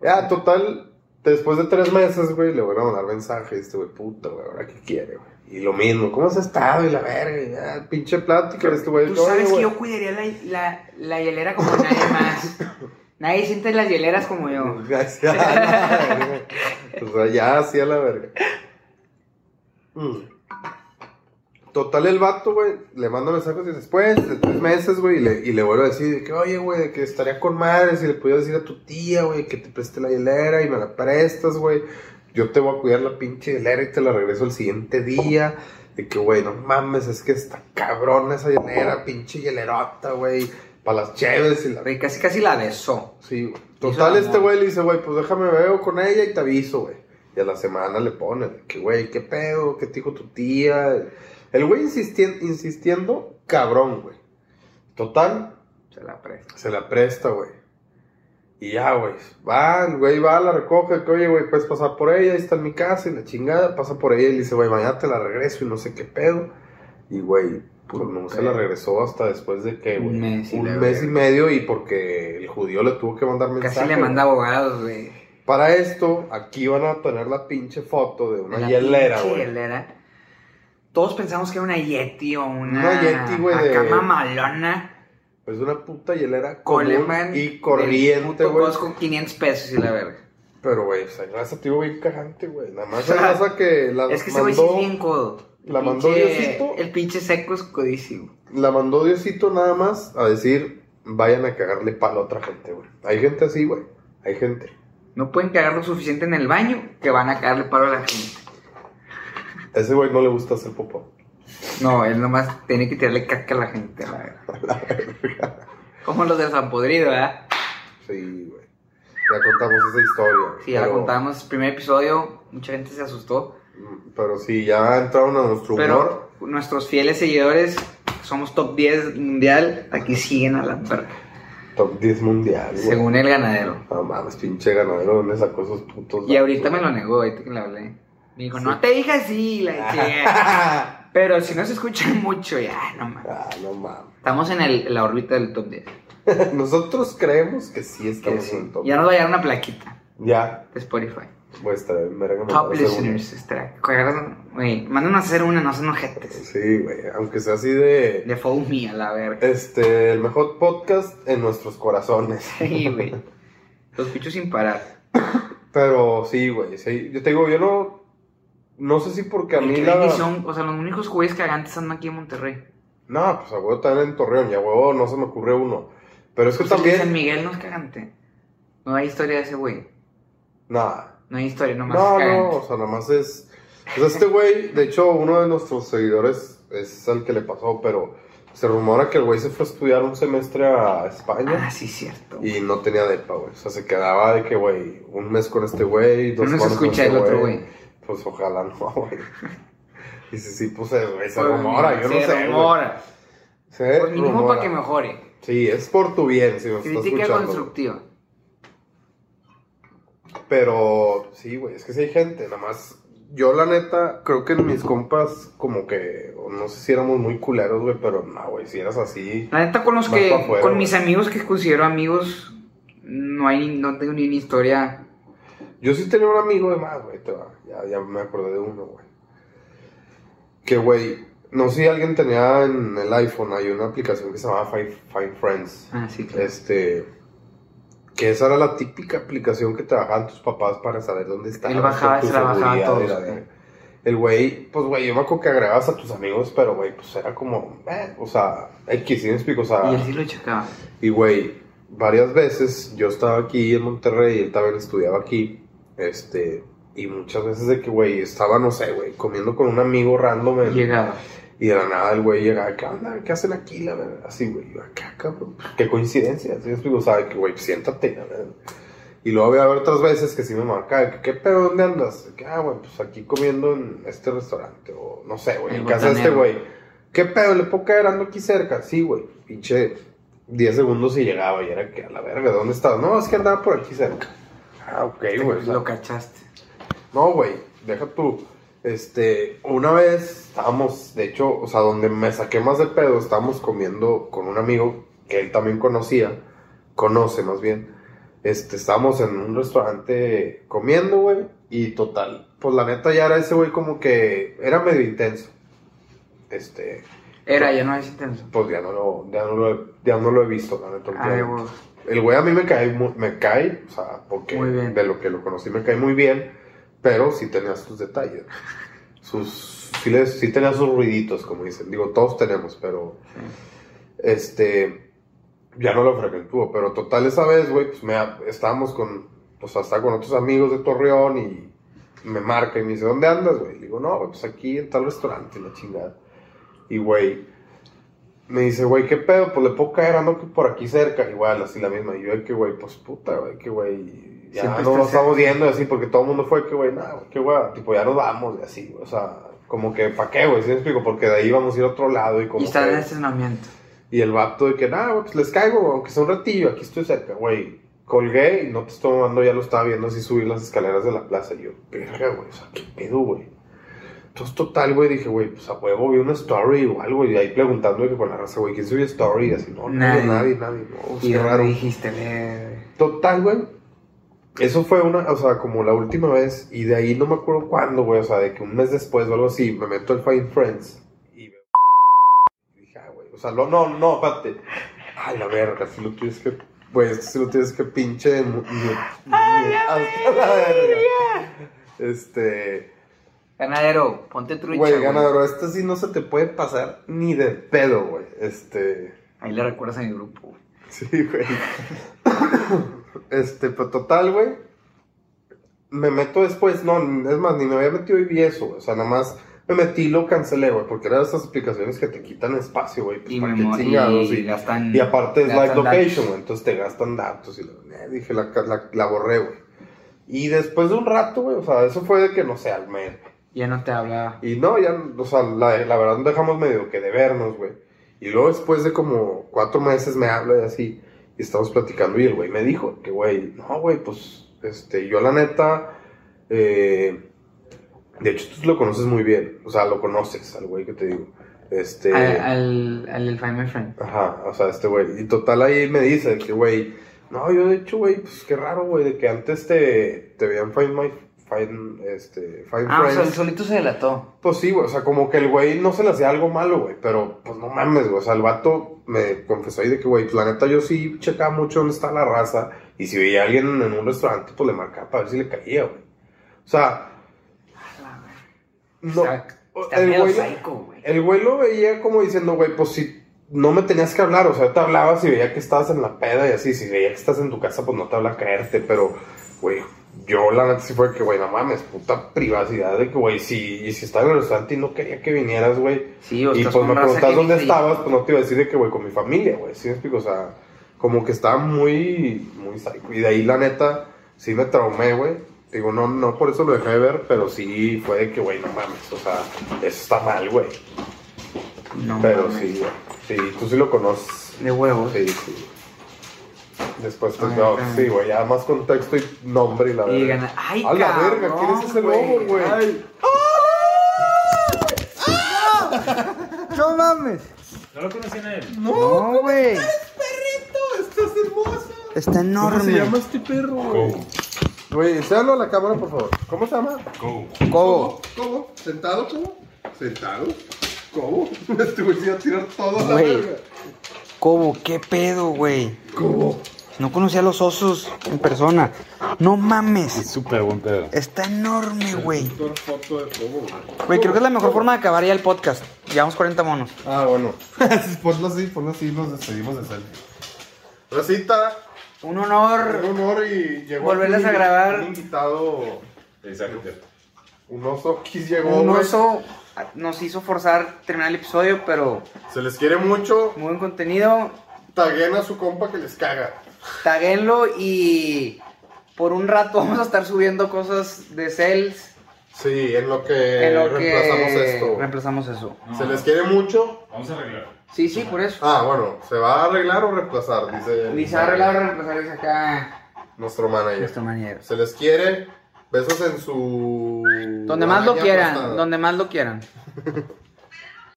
[SPEAKER 1] Ya, total, después de tres meses, güey, le vuelven a mandar mensajes, este güey, puta, güey, ahora qué quiere, güey. Y lo mismo, ¿cómo has estado? Y la verga, y ya, pinche plática, este güey.
[SPEAKER 2] Tú
[SPEAKER 1] oye,
[SPEAKER 2] sabes que
[SPEAKER 1] güey.
[SPEAKER 2] yo cuidaría la, la, la hielera como nadie más. Nadie siente las hieleras como yo.
[SPEAKER 1] Gracias. a la verga. o sea, ya hacía la verga. Mm. Total, el vato, güey, le manda mensajes y después, de tres meses, güey, y le, y le vuelvo a decir de que, oye, güey, de que estaría con madre si le pudiera decir a tu tía, güey, que te preste la hielera y me la prestas, güey. Yo te voy a cuidar la pinche hielera y te la regreso el siguiente día. De que, güey, no mames, es que está cabrón esa hielera, pinche hielerota, güey, para las chéves y la
[SPEAKER 2] Güey, casi casi la besó.
[SPEAKER 1] Sí, güey.
[SPEAKER 2] Hizo
[SPEAKER 1] Total,
[SPEAKER 2] el
[SPEAKER 1] este
[SPEAKER 2] amor.
[SPEAKER 1] güey le dice, güey, pues déjame veo con ella y te aviso, güey. Y a la semana le ponen, que güey, qué pedo, qué te dijo tu tía. El güey insistien- insistiendo, cabrón, güey. Total,
[SPEAKER 2] Se la presta.
[SPEAKER 1] se la presta, güey. Y ya, güey, va, el güey va, la recoge, que oye, güey, puedes pasar por ella, ahí está en mi casa y la chingada, pasa por ella y le dice, güey, mañana te la regreso y no sé qué pedo. Y, güey, pues no se la regresó hasta después de que, güey,
[SPEAKER 2] Un mes y la
[SPEAKER 1] un mes y
[SPEAKER 2] verga.
[SPEAKER 1] medio y porque el judío le tuvo que mandar mensaje.
[SPEAKER 2] Casi le
[SPEAKER 1] güey.
[SPEAKER 2] manda abogados, güey.
[SPEAKER 1] Para esto, aquí van a tener la pinche foto de una
[SPEAKER 2] La
[SPEAKER 1] hielera,
[SPEAKER 2] pinche
[SPEAKER 1] güey.
[SPEAKER 2] hielera. Todos pensamos que era una Yeti o una.
[SPEAKER 1] Una Yeti, güey, de-
[SPEAKER 2] Acá mamalona.
[SPEAKER 1] Es una puta hielera común
[SPEAKER 2] Coleman.
[SPEAKER 1] y
[SPEAKER 2] del
[SPEAKER 1] corriente,
[SPEAKER 2] puto
[SPEAKER 1] güey.
[SPEAKER 2] Costco, 500 pesos y la verga.
[SPEAKER 1] Pero, güey, esa raza tío bien cagante, güey. Nada más
[SPEAKER 2] O sea,
[SPEAKER 1] esa raza que la
[SPEAKER 2] Es que ese güey sí es
[SPEAKER 1] mandó,
[SPEAKER 2] bien codo. El
[SPEAKER 1] la mandó
[SPEAKER 2] pinche-
[SPEAKER 1] Diosito.
[SPEAKER 2] El pinche seco es codísimo.
[SPEAKER 1] la mandó Diosito nada más a decir, vayan a cagarle palo a otra gente, güey. Hay gente así, güey. Hay gente.
[SPEAKER 2] No pueden cagar lo suficiente en el baño que van a cagarle paro a la gente.
[SPEAKER 1] A ese güey no le gusta hacer popó.
[SPEAKER 2] No, él nomás tiene que tirarle caca a la gente, la verga. Como los de San Podrido, ¿verdad?
[SPEAKER 1] Sí, güey. Ya contamos esa historia. güey.
[SPEAKER 2] Sí, ya la
[SPEAKER 1] Pero-
[SPEAKER 2] contamos. Primer episodio, mucha gente se asustó.
[SPEAKER 1] mm, Pero sí, ya entraron a nuestro humor.
[SPEAKER 2] Pero nuestros fieles seguidores, somos top 10 mundial, aquí siguen a la verga.
[SPEAKER 1] Top 10 mundial, güey.
[SPEAKER 2] Según el ganadero.
[SPEAKER 1] No mames, pinche ganadero, ¿dónde sacó esos putos?
[SPEAKER 2] Y ahorita me
[SPEAKER 1] datos,
[SPEAKER 2] lo negó, ahorita que le hablé. Me dijo,
[SPEAKER 1] Sí.
[SPEAKER 2] no te dije así, la chingada.
[SPEAKER 1] Ah,
[SPEAKER 2] Pero si no se escucha mucho, ya, no mames.
[SPEAKER 1] no mames.
[SPEAKER 2] Estamos en, el- en la órbita del top 10.
[SPEAKER 1] Nosotros creemos que sí
[SPEAKER 2] que
[SPEAKER 1] estamos
[SPEAKER 2] sí.
[SPEAKER 1] en el top.
[SPEAKER 2] Ya
[SPEAKER 1] Ya,
[SPEAKER 2] nos va a llegar una plaquita
[SPEAKER 1] ya
[SPEAKER 2] de Spotify.
[SPEAKER 1] voy a estar en verga. me
[SPEAKER 2] Top
[SPEAKER 1] parece un-
[SPEAKER 2] listeners, extra. Agarran- Güey, mándanos a hacer una, no sean ojetes.
[SPEAKER 1] Sí, güey, aunque sea así de.
[SPEAKER 2] De Fold Me a la verga.
[SPEAKER 1] Este, el mejor podcast en nuestros corazones.
[SPEAKER 2] Sí, güey. Los pichos sin parar.
[SPEAKER 1] Pero sí, güey, sí. Yo te digo, yo no. No sé si porque a
[SPEAKER 2] Güey,
[SPEAKER 1] mí
[SPEAKER 2] qué
[SPEAKER 1] la.
[SPEAKER 2] bendición. O sea, los únicos güeyes cagantes andan aquí en Monterrey.
[SPEAKER 1] No, pues a huevo también en Torreón, y a huevo no se me ocurre uno. Pero es que
[SPEAKER 2] Pues el de San
[SPEAKER 1] también.
[SPEAKER 2] Miguel no es cagante. No hay historia de ese güey.
[SPEAKER 1] Nada.
[SPEAKER 2] No hay historia, nomás
[SPEAKER 1] No,
[SPEAKER 2] es
[SPEAKER 1] no,
[SPEAKER 2] cagante.
[SPEAKER 1] o sea, nada más es. pues este güey, de hecho, uno de nuestros seguidores es al que le pasó, pero se rumora que el güey se fue a estudiar un semestre a
[SPEAKER 2] Ah,
[SPEAKER 1] España
[SPEAKER 2] sí, cierto.
[SPEAKER 1] y no tenía depa, güey. O sea, se quedaba de que, güey, un mes con este güey,
[SPEAKER 2] No
[SPEAKER 1] dos
[SPEAKER 2] nos
[SPEAKER 1] semanas con
[SPEAKER 2] escucha
[SPEAKER 1] este
[SPEAKER 2] el otro güey.
[SPEAKER 1] Pues ojalá no, güey. Y si sí, pues eh, güey, se
[SPEAKER 2] Pues,
[SPEAKER 1] rumora, yo no
[SPEAKER 2] se
[SPEAKER 1] sé. güey.
[SPEAKER 2] rumora.
[SPEAKER 1] Se
[SPEAKER 2] Pues mínimo
[SPEAKER 1] rumora.
[SPEAKER 2] para que mejore.
[SPEAKER 1] Sí, es por tu bien, si me estás
[SPEAKER 2] Crítica
[SPEAKER 1] escuchando.
[SPEAKER 2] constructiva.
[SPEAKER 1] Pero sí, güey, es que sí hay gente, nada más. Yo, la neta, creo que mis compas, como que, o no sé si éramos muy culeros, güey, pero no, güey, si eras así.
[SPEAKER 2] La neta, con los
[SPEAKER 1] Vas
[SPEAKER 2] que.
[SPEAKER 1] pa' afuera,
[SPEAKER 2] con
[SPEAKER 1] güey.
[SPEAKER 2] mis amigos que considero amigos, no hay no tengo ni una historia.
[SPEAKER 1] Yo sí tenía un amigo de más, güey, te va, ya, ya me acordé de uno, güey. Que, güey, no sé si alguien tenía en el iPhone, hay una aplicación que se llama Find, Find Friends.
[SPEAKER 2] Ah, sí, claro.
[SPEAKER 1] Este. Que esa era la típica aplicación que te bajaban tus papás para saber dónde estabas.
[SPEAKER 2] Él bajaba,
[SPEAKER 1] por tu
[SPEAKER 2] se la bajaba
[SPEAKER 1] seguridad
[SPEAKER 2] a todos,
[SPEAKER 1] y la
[SPEAKER 2] güey.
[SPEAKER 1] verga. El güey, pues güey, yo me acuerdo que agregabas a tus amigos, pero güey, pues era como, eh, o sea, X, ¿sí me explico? O sea,
[SPEAKER 2] Y así lo checaba.
[SPEAKER 1] y güey, varias veces yo estaba aquí en Monterrey y él también estudiaba aquí. Este, y muchas veces de que, güey, estaba, no sé, güey, comiendo con un amigo random. en-
[SPEAKER 2] Llegaba.
[SPEAKER 1] y de la nada el güey llega, ¿qué onda? ¿Qué hacen aquí? La verdad, así, güey, yo acá, cabrón. Qué coincidencia. Así es, digo, sabe que, güey, siéntate, la verdad. Y luego voy a ver otras veces que sí me marca, que, ¿qué pedo? ¿Dónde andas? De que, ah, güey, pues aquí comiendo en este restaurante, o no sé, güey,
[SPEAKER 2] El
[SPEAKER 1] en casa de este
[SPEAKER 2] botanero.
[SPEAKER 1] güey. ¿Qué pedo? ¿Le puedo caer? Ando aquí cerca. Sí, güey, pinche 10 segundos y llegaba y era que, a la verga, ¿dónde estás? No, es que andaba por aquí cerca. Ah, ok, güey. o sea,
[SPEAKER 2] Lo cachaste.
[SPEAKER 1] no, güey, deja tú. Este, una vez estábamos, de hecho, o sea, donde me saqué más de pedo, estábamos comiendo con un amigo que él también conocía, conoce más bien. Este, estábamos en un restaurante comiendo, güey, y total, pues la neta ya era ese güey como que era medio intenso. Este,
[SPEAKER 2] Era, ya no es intenso. Ah,
[SPEAKER 1] pues ya no lo, ya no lo, he, ya no lo he visto, la neta.
[SPEAKER 2] Ay,
[SPEAKER 1] últimamente.
[SPEAKER 2] güey.
[SPEAKER 1] El güey a mí me cae, mu- me cae, o sea, porque
[SPEAKER 2] Muy bien.
[SPEAKER 1] de lo que lo conocí me cae muy bien, pero sí tenía sus detalles. Sus, sí, le- sí tenía sus ruiditos, como dicen. Digo, todos tenemos, pero este, ya no lo frecuentó. Pero total, esa vez, güey, pues me, estábamos con, pues hasta con otros amigos de Torreón y me marca y me dice, ¿dónde andas, güey? Le digo, no, güey, pues aquí en tal restaurante, la chingada. Y, güey, me dice, güey, ¿qué pedo? Pues le puedo caer, ando que por aquí cerca. Igual, así la misma. Y yo, de que, güey, pues puta, güey, que, güey, ya
[SPEAKER 2] Siempre
[SPEAKER 1] no
[SPEAKER 2] estás
[SPEAKER 1] nos estamos yendo y así, porque todo el mundo fue que, güey, nada, güey, qué güey, tipo, ya nos vamos y así, güey, o sea, como que, ¿pa' qué, güey? ¿Sí me explico? Porque de ahí vamos a ir a otro lado y como
[SPEAKER 2] Y está en
[SPEAKER 1] que-
[SPEAKER 2] el estacionamiento.
[SPEAKER 1] y el vato de que, nada, güey, pues les caigo, aunque sea un ratillo, aquí estoy cerca, güey. Colgué y no pues, te estoy mamando, ya lo estaba viendo así subir las escaleras de la plaza. Y yo, verga, güey, o sea, qué pedo, güey. Entonces, total, güey, dije, güey, pues a huevo vi una story o algo. Y ahí preguntando de que con la raza, güey, ¿quién subió story? Y así, no, nadie,
[SPEAKER 2] Nadie.
[SPEAKER 1] nadie, nadie. No, pues,
[SPEAKER 2] Y
[SPEAKER 1] qué
[SPEAKER 2] raro.
[SPEAKER 1] raro.
[SPEAKER 2] dijiste, "Ve".
[SPEAKER 1] Total, güey. Eso fue una, o sea, como la última vez. Y de ahí no me acuerdo cuándo, güey. O sea, de que un mes después o algo así, me meto al Find Friends. Y veo- y dije, ah, güey. O sea, lo- no, no, espérate. Ay, la verga, si lo tienes que. Güey, esto sí lo tienes que pinche. mu- mu- mu- hasta la verga. Este.
[SPEAKER 2] Ganadero, ponte trucha.
[SPEAKER 1] Güey,
[SPEAKER 2] güey.
[SPEAKER 1] ganador, esto sí no se te puede pasar ni de pedo, güey. Este.
[SPEAKER 2] Ahí le recuerdas a mi grupo. güey.
[SPEAKER 1] Sí, güey. este, pues total, güey. Me meto después, no, es más, ni me había metido y vi eso, güey. O sea, nada más me metí y lo cancelé, güey, porque eran esas aplicaciones que te quitan espacio, güey. Pues,
[SPEAKER 2] Y
[SPEAKER 1] ¿para
[SPEAKER 2] me
[SPEAKER 1] qué
[SPEAKER 2] mo-
[SPEAKER 1] chingados?
[SPEAKER 2] y,
[SPEAKER 1] Y,
[SPEAKER 2] gastan.
[SPEAKER 1] y aparte es live
[SPEAKER 2] gastan
[SPEAKER 1] location,
[SPEAKER 2] datos.
[SPEAKER 1] güey, entonces te gastan datos. Y la, eh, dije, la, la, la borré, güey. Y después de un rato, güey, o sea, eso fue de que, no sé, al mes,
[SPEAKER 2] Ya no te hablaba.
[SPEAKER 1] y no, ya, o sea, la, la verdad dejamos medio que de vernos, güey. Y luego después de como cuatro meses me habla y así, y estamos platicando y el güey me dijo que, güey, no, güey, pues, este, yo la neta, eh, de hecho tú lo conoces muy bien, o sea, lo conoces al güey que te digo. Este,
[SPEAKER 2] Al, al, al del Find My Friend.
[SPEAKER 1] Ajá, o sea, este güey. Y total ahí me dice que, güey, no, yo de hecho, güey, pues qué raro, güey, de que antes te, te veían Find My, Find, este, Find
[SPEAKER 2] Ah, o sea, el
[SPEAKER 1] Friends.
[SPEAKER 2] solito se delató.
[SPEAKER 1] Pues sí, güey, o sea, como que el güey no se le hacía algo malo, güey, pero pues no mames, güey, o sea, el vato me confesó ahí de que, güey, pues la neta yo sí checaba mucho dónde está la raza y si veía a alguien en un restaurante, pues le marcaba para ver si le caía, güey. O sea, no,
[SPEAKER 2] Está, está
[SPEAKER 1] el
[SPEAKER 2] medio
[SPEAKER 1] güey-
[SPEAKER 2] psycho, güey.
[SPEAKER 1] el güey lo veía como diciendo, güey, pues si no me tenías que hablar, o sea, te hablaba si veía que estabas en la peda y así, si veía que estás en tu casa, pues no te habla caerte, pero, güey, yo la neta sí fue que, güey, no mames, puta privacidad de que, güey, si, y si estaba en el restaurante y no quería que vinieras, güey,
[SPEAKER 2] Sí, o
[SPEAKER 1] y
[SPEAKER 2] estás
[SPEAKER 1] pues
[SPEAKER 2] con
[SPEAKER 1] me
[SPEAKER 2] raza
[SPEAKER 1] preguntas
[SPEAKER 2] que
[SPEAKER 1] dónde
[SPEAKER 2] dice,
[SPEAKER 1] estabas, pues no te iba a decir de que, güey, con mi familia, güey. ¿Sí me explico? O sea, como que estaba muy, muy psycho. Y de ahí, la neta, sí me traumé, güey. Digo, no, no por eso lo dejé de ver, pero sí fue de que, güey, no mames. O sea, eso está mal, güey.
[SPEAKER 2] No,
[SPEAKER 1] Pero
[SPEAKER 2] mames.
[SPEAKER 1] sí, güey. Sí, tú sí lo conoces.
[SPEAKER 2] De huevos.
[SPEAKER 1] Sí, sí. Después, pues,
[SPEAKER 2] Ah,
[SPEAKER 1] no,
[SPEAKER 2] ok.
[SPEAKER 1] sí, güey, ya más contexto y nombre y la
[SPEAKER 2] Y
[SPEAKER 1] verga.
[SPEAKER 2] gana. ¡Ay,
[SPEAKER 1] A la
[SPEAKER 2] cabrón,
[SPEAKER 1] verga, ¿quién es ese lobo, güey?
[SPEAKER 2] Ay,
[SPEAKER 5] No mames.
[SPEAKER 4] No lo conocían a él.
[SPEAKER 5] No, güey.
[SPEAKER 1] ¡Estás hermoso!
[SPEAKER 5] Está
[SPEAKER 1] ¿Cómo se llama
[SPEAKER 5] enorme.
[SPEAKER 1] este perro,
[SPEAKER 6] Go,
[SPEAKER 1] güey? Güey, enséñalo a la cámara, por favor. ¿Cómo se llama?
[SPEAKER 6] go.
[SPEAKER 5] Cobo.
[SPEAKER 1] ¿Cómo? ¿Sentado, cómo? ¿Sentado? ¿Cómo? Este güey se iba a tirar todo a la
[SPEAKER 5] Güey.
[SPEAKER 1] verga.
[SPEAKER 5] Cobo, qué pedo, güey.
[SPEAKER 1] ¿Cómo?
[SPEAKER 5] No conocía a los osos en persona. No mames.
[SPEAKER 6] Súper buen pedo.
[SPEAKER 5] Está enorme, güey.
[SPEAKER 1] Doctor foto de Cobo, güey.
[SPEAKER 5] Güey, creo que es la mejor forma de acabar ya el podcast. Llevamos 40 monos.
[SPEAKER 1] Ah, bueno. ponlo así, ponlo así, nos despedimos de Sandy. Rosita,
[SPEAKER 5] Un
[SPEAKER 1] un
[SPEAKER 5] honor.
[SPEAKER 1] honor y llegó.
[SPEAKER 2] Volverlas
[SPEAKER 1] aquí
[SPEAKER 2] a grabar.
[SPEAKER 1] Un invitado,
[SPEAKER 6] Exacto.
[SPEAKER 1] un oso que llegó.
[SPEAKER 2] Un
[SPEAKER 1] güey.
[SPEAKER 2] oso nos hizo forzar terminar el episodio, pero
[SPEAKER 1] Se les quiere mucho.
[SPEAKER 2] muy buen contenido.
[SPEAKER 1] Taguen a su compa que les caga.
[SPEAKER 2] Taguenlo y por un rato vamos a estar subiendo cosas de Cells
[SPEAKER 1] Sí, en lo que
[SPEAKER 2] en lo que
[SPEAKER 1] reemplazamos esto.
[SPEAKER 2] reemplazamos eso.
[SPEAKER 1] Se les quiere mucho.
[SPEAKER 6] Vamos a arreglar.
[SPEAKER 2] Sí, sí, por eso.
[SPEAKER 1] Ah, bueno, ¿se va a arreglar o reemplazar? Dice.
[SPEAKER 2] Ni se va a arreglar o reemplazar es acá
[SPEAKER 1] Nuestro manager.
[SPEAKER 2] nuestro maniero.
[SPEAKER 1] Se les quiere. Besos en su.
[SPEAKER 2] Donde más lo
[SPEAKER 1] araña
[SPEAKER 2] quieran,
[SPEAKER 1] aplastada.
[SPEAKER 2] donde más lo quieran.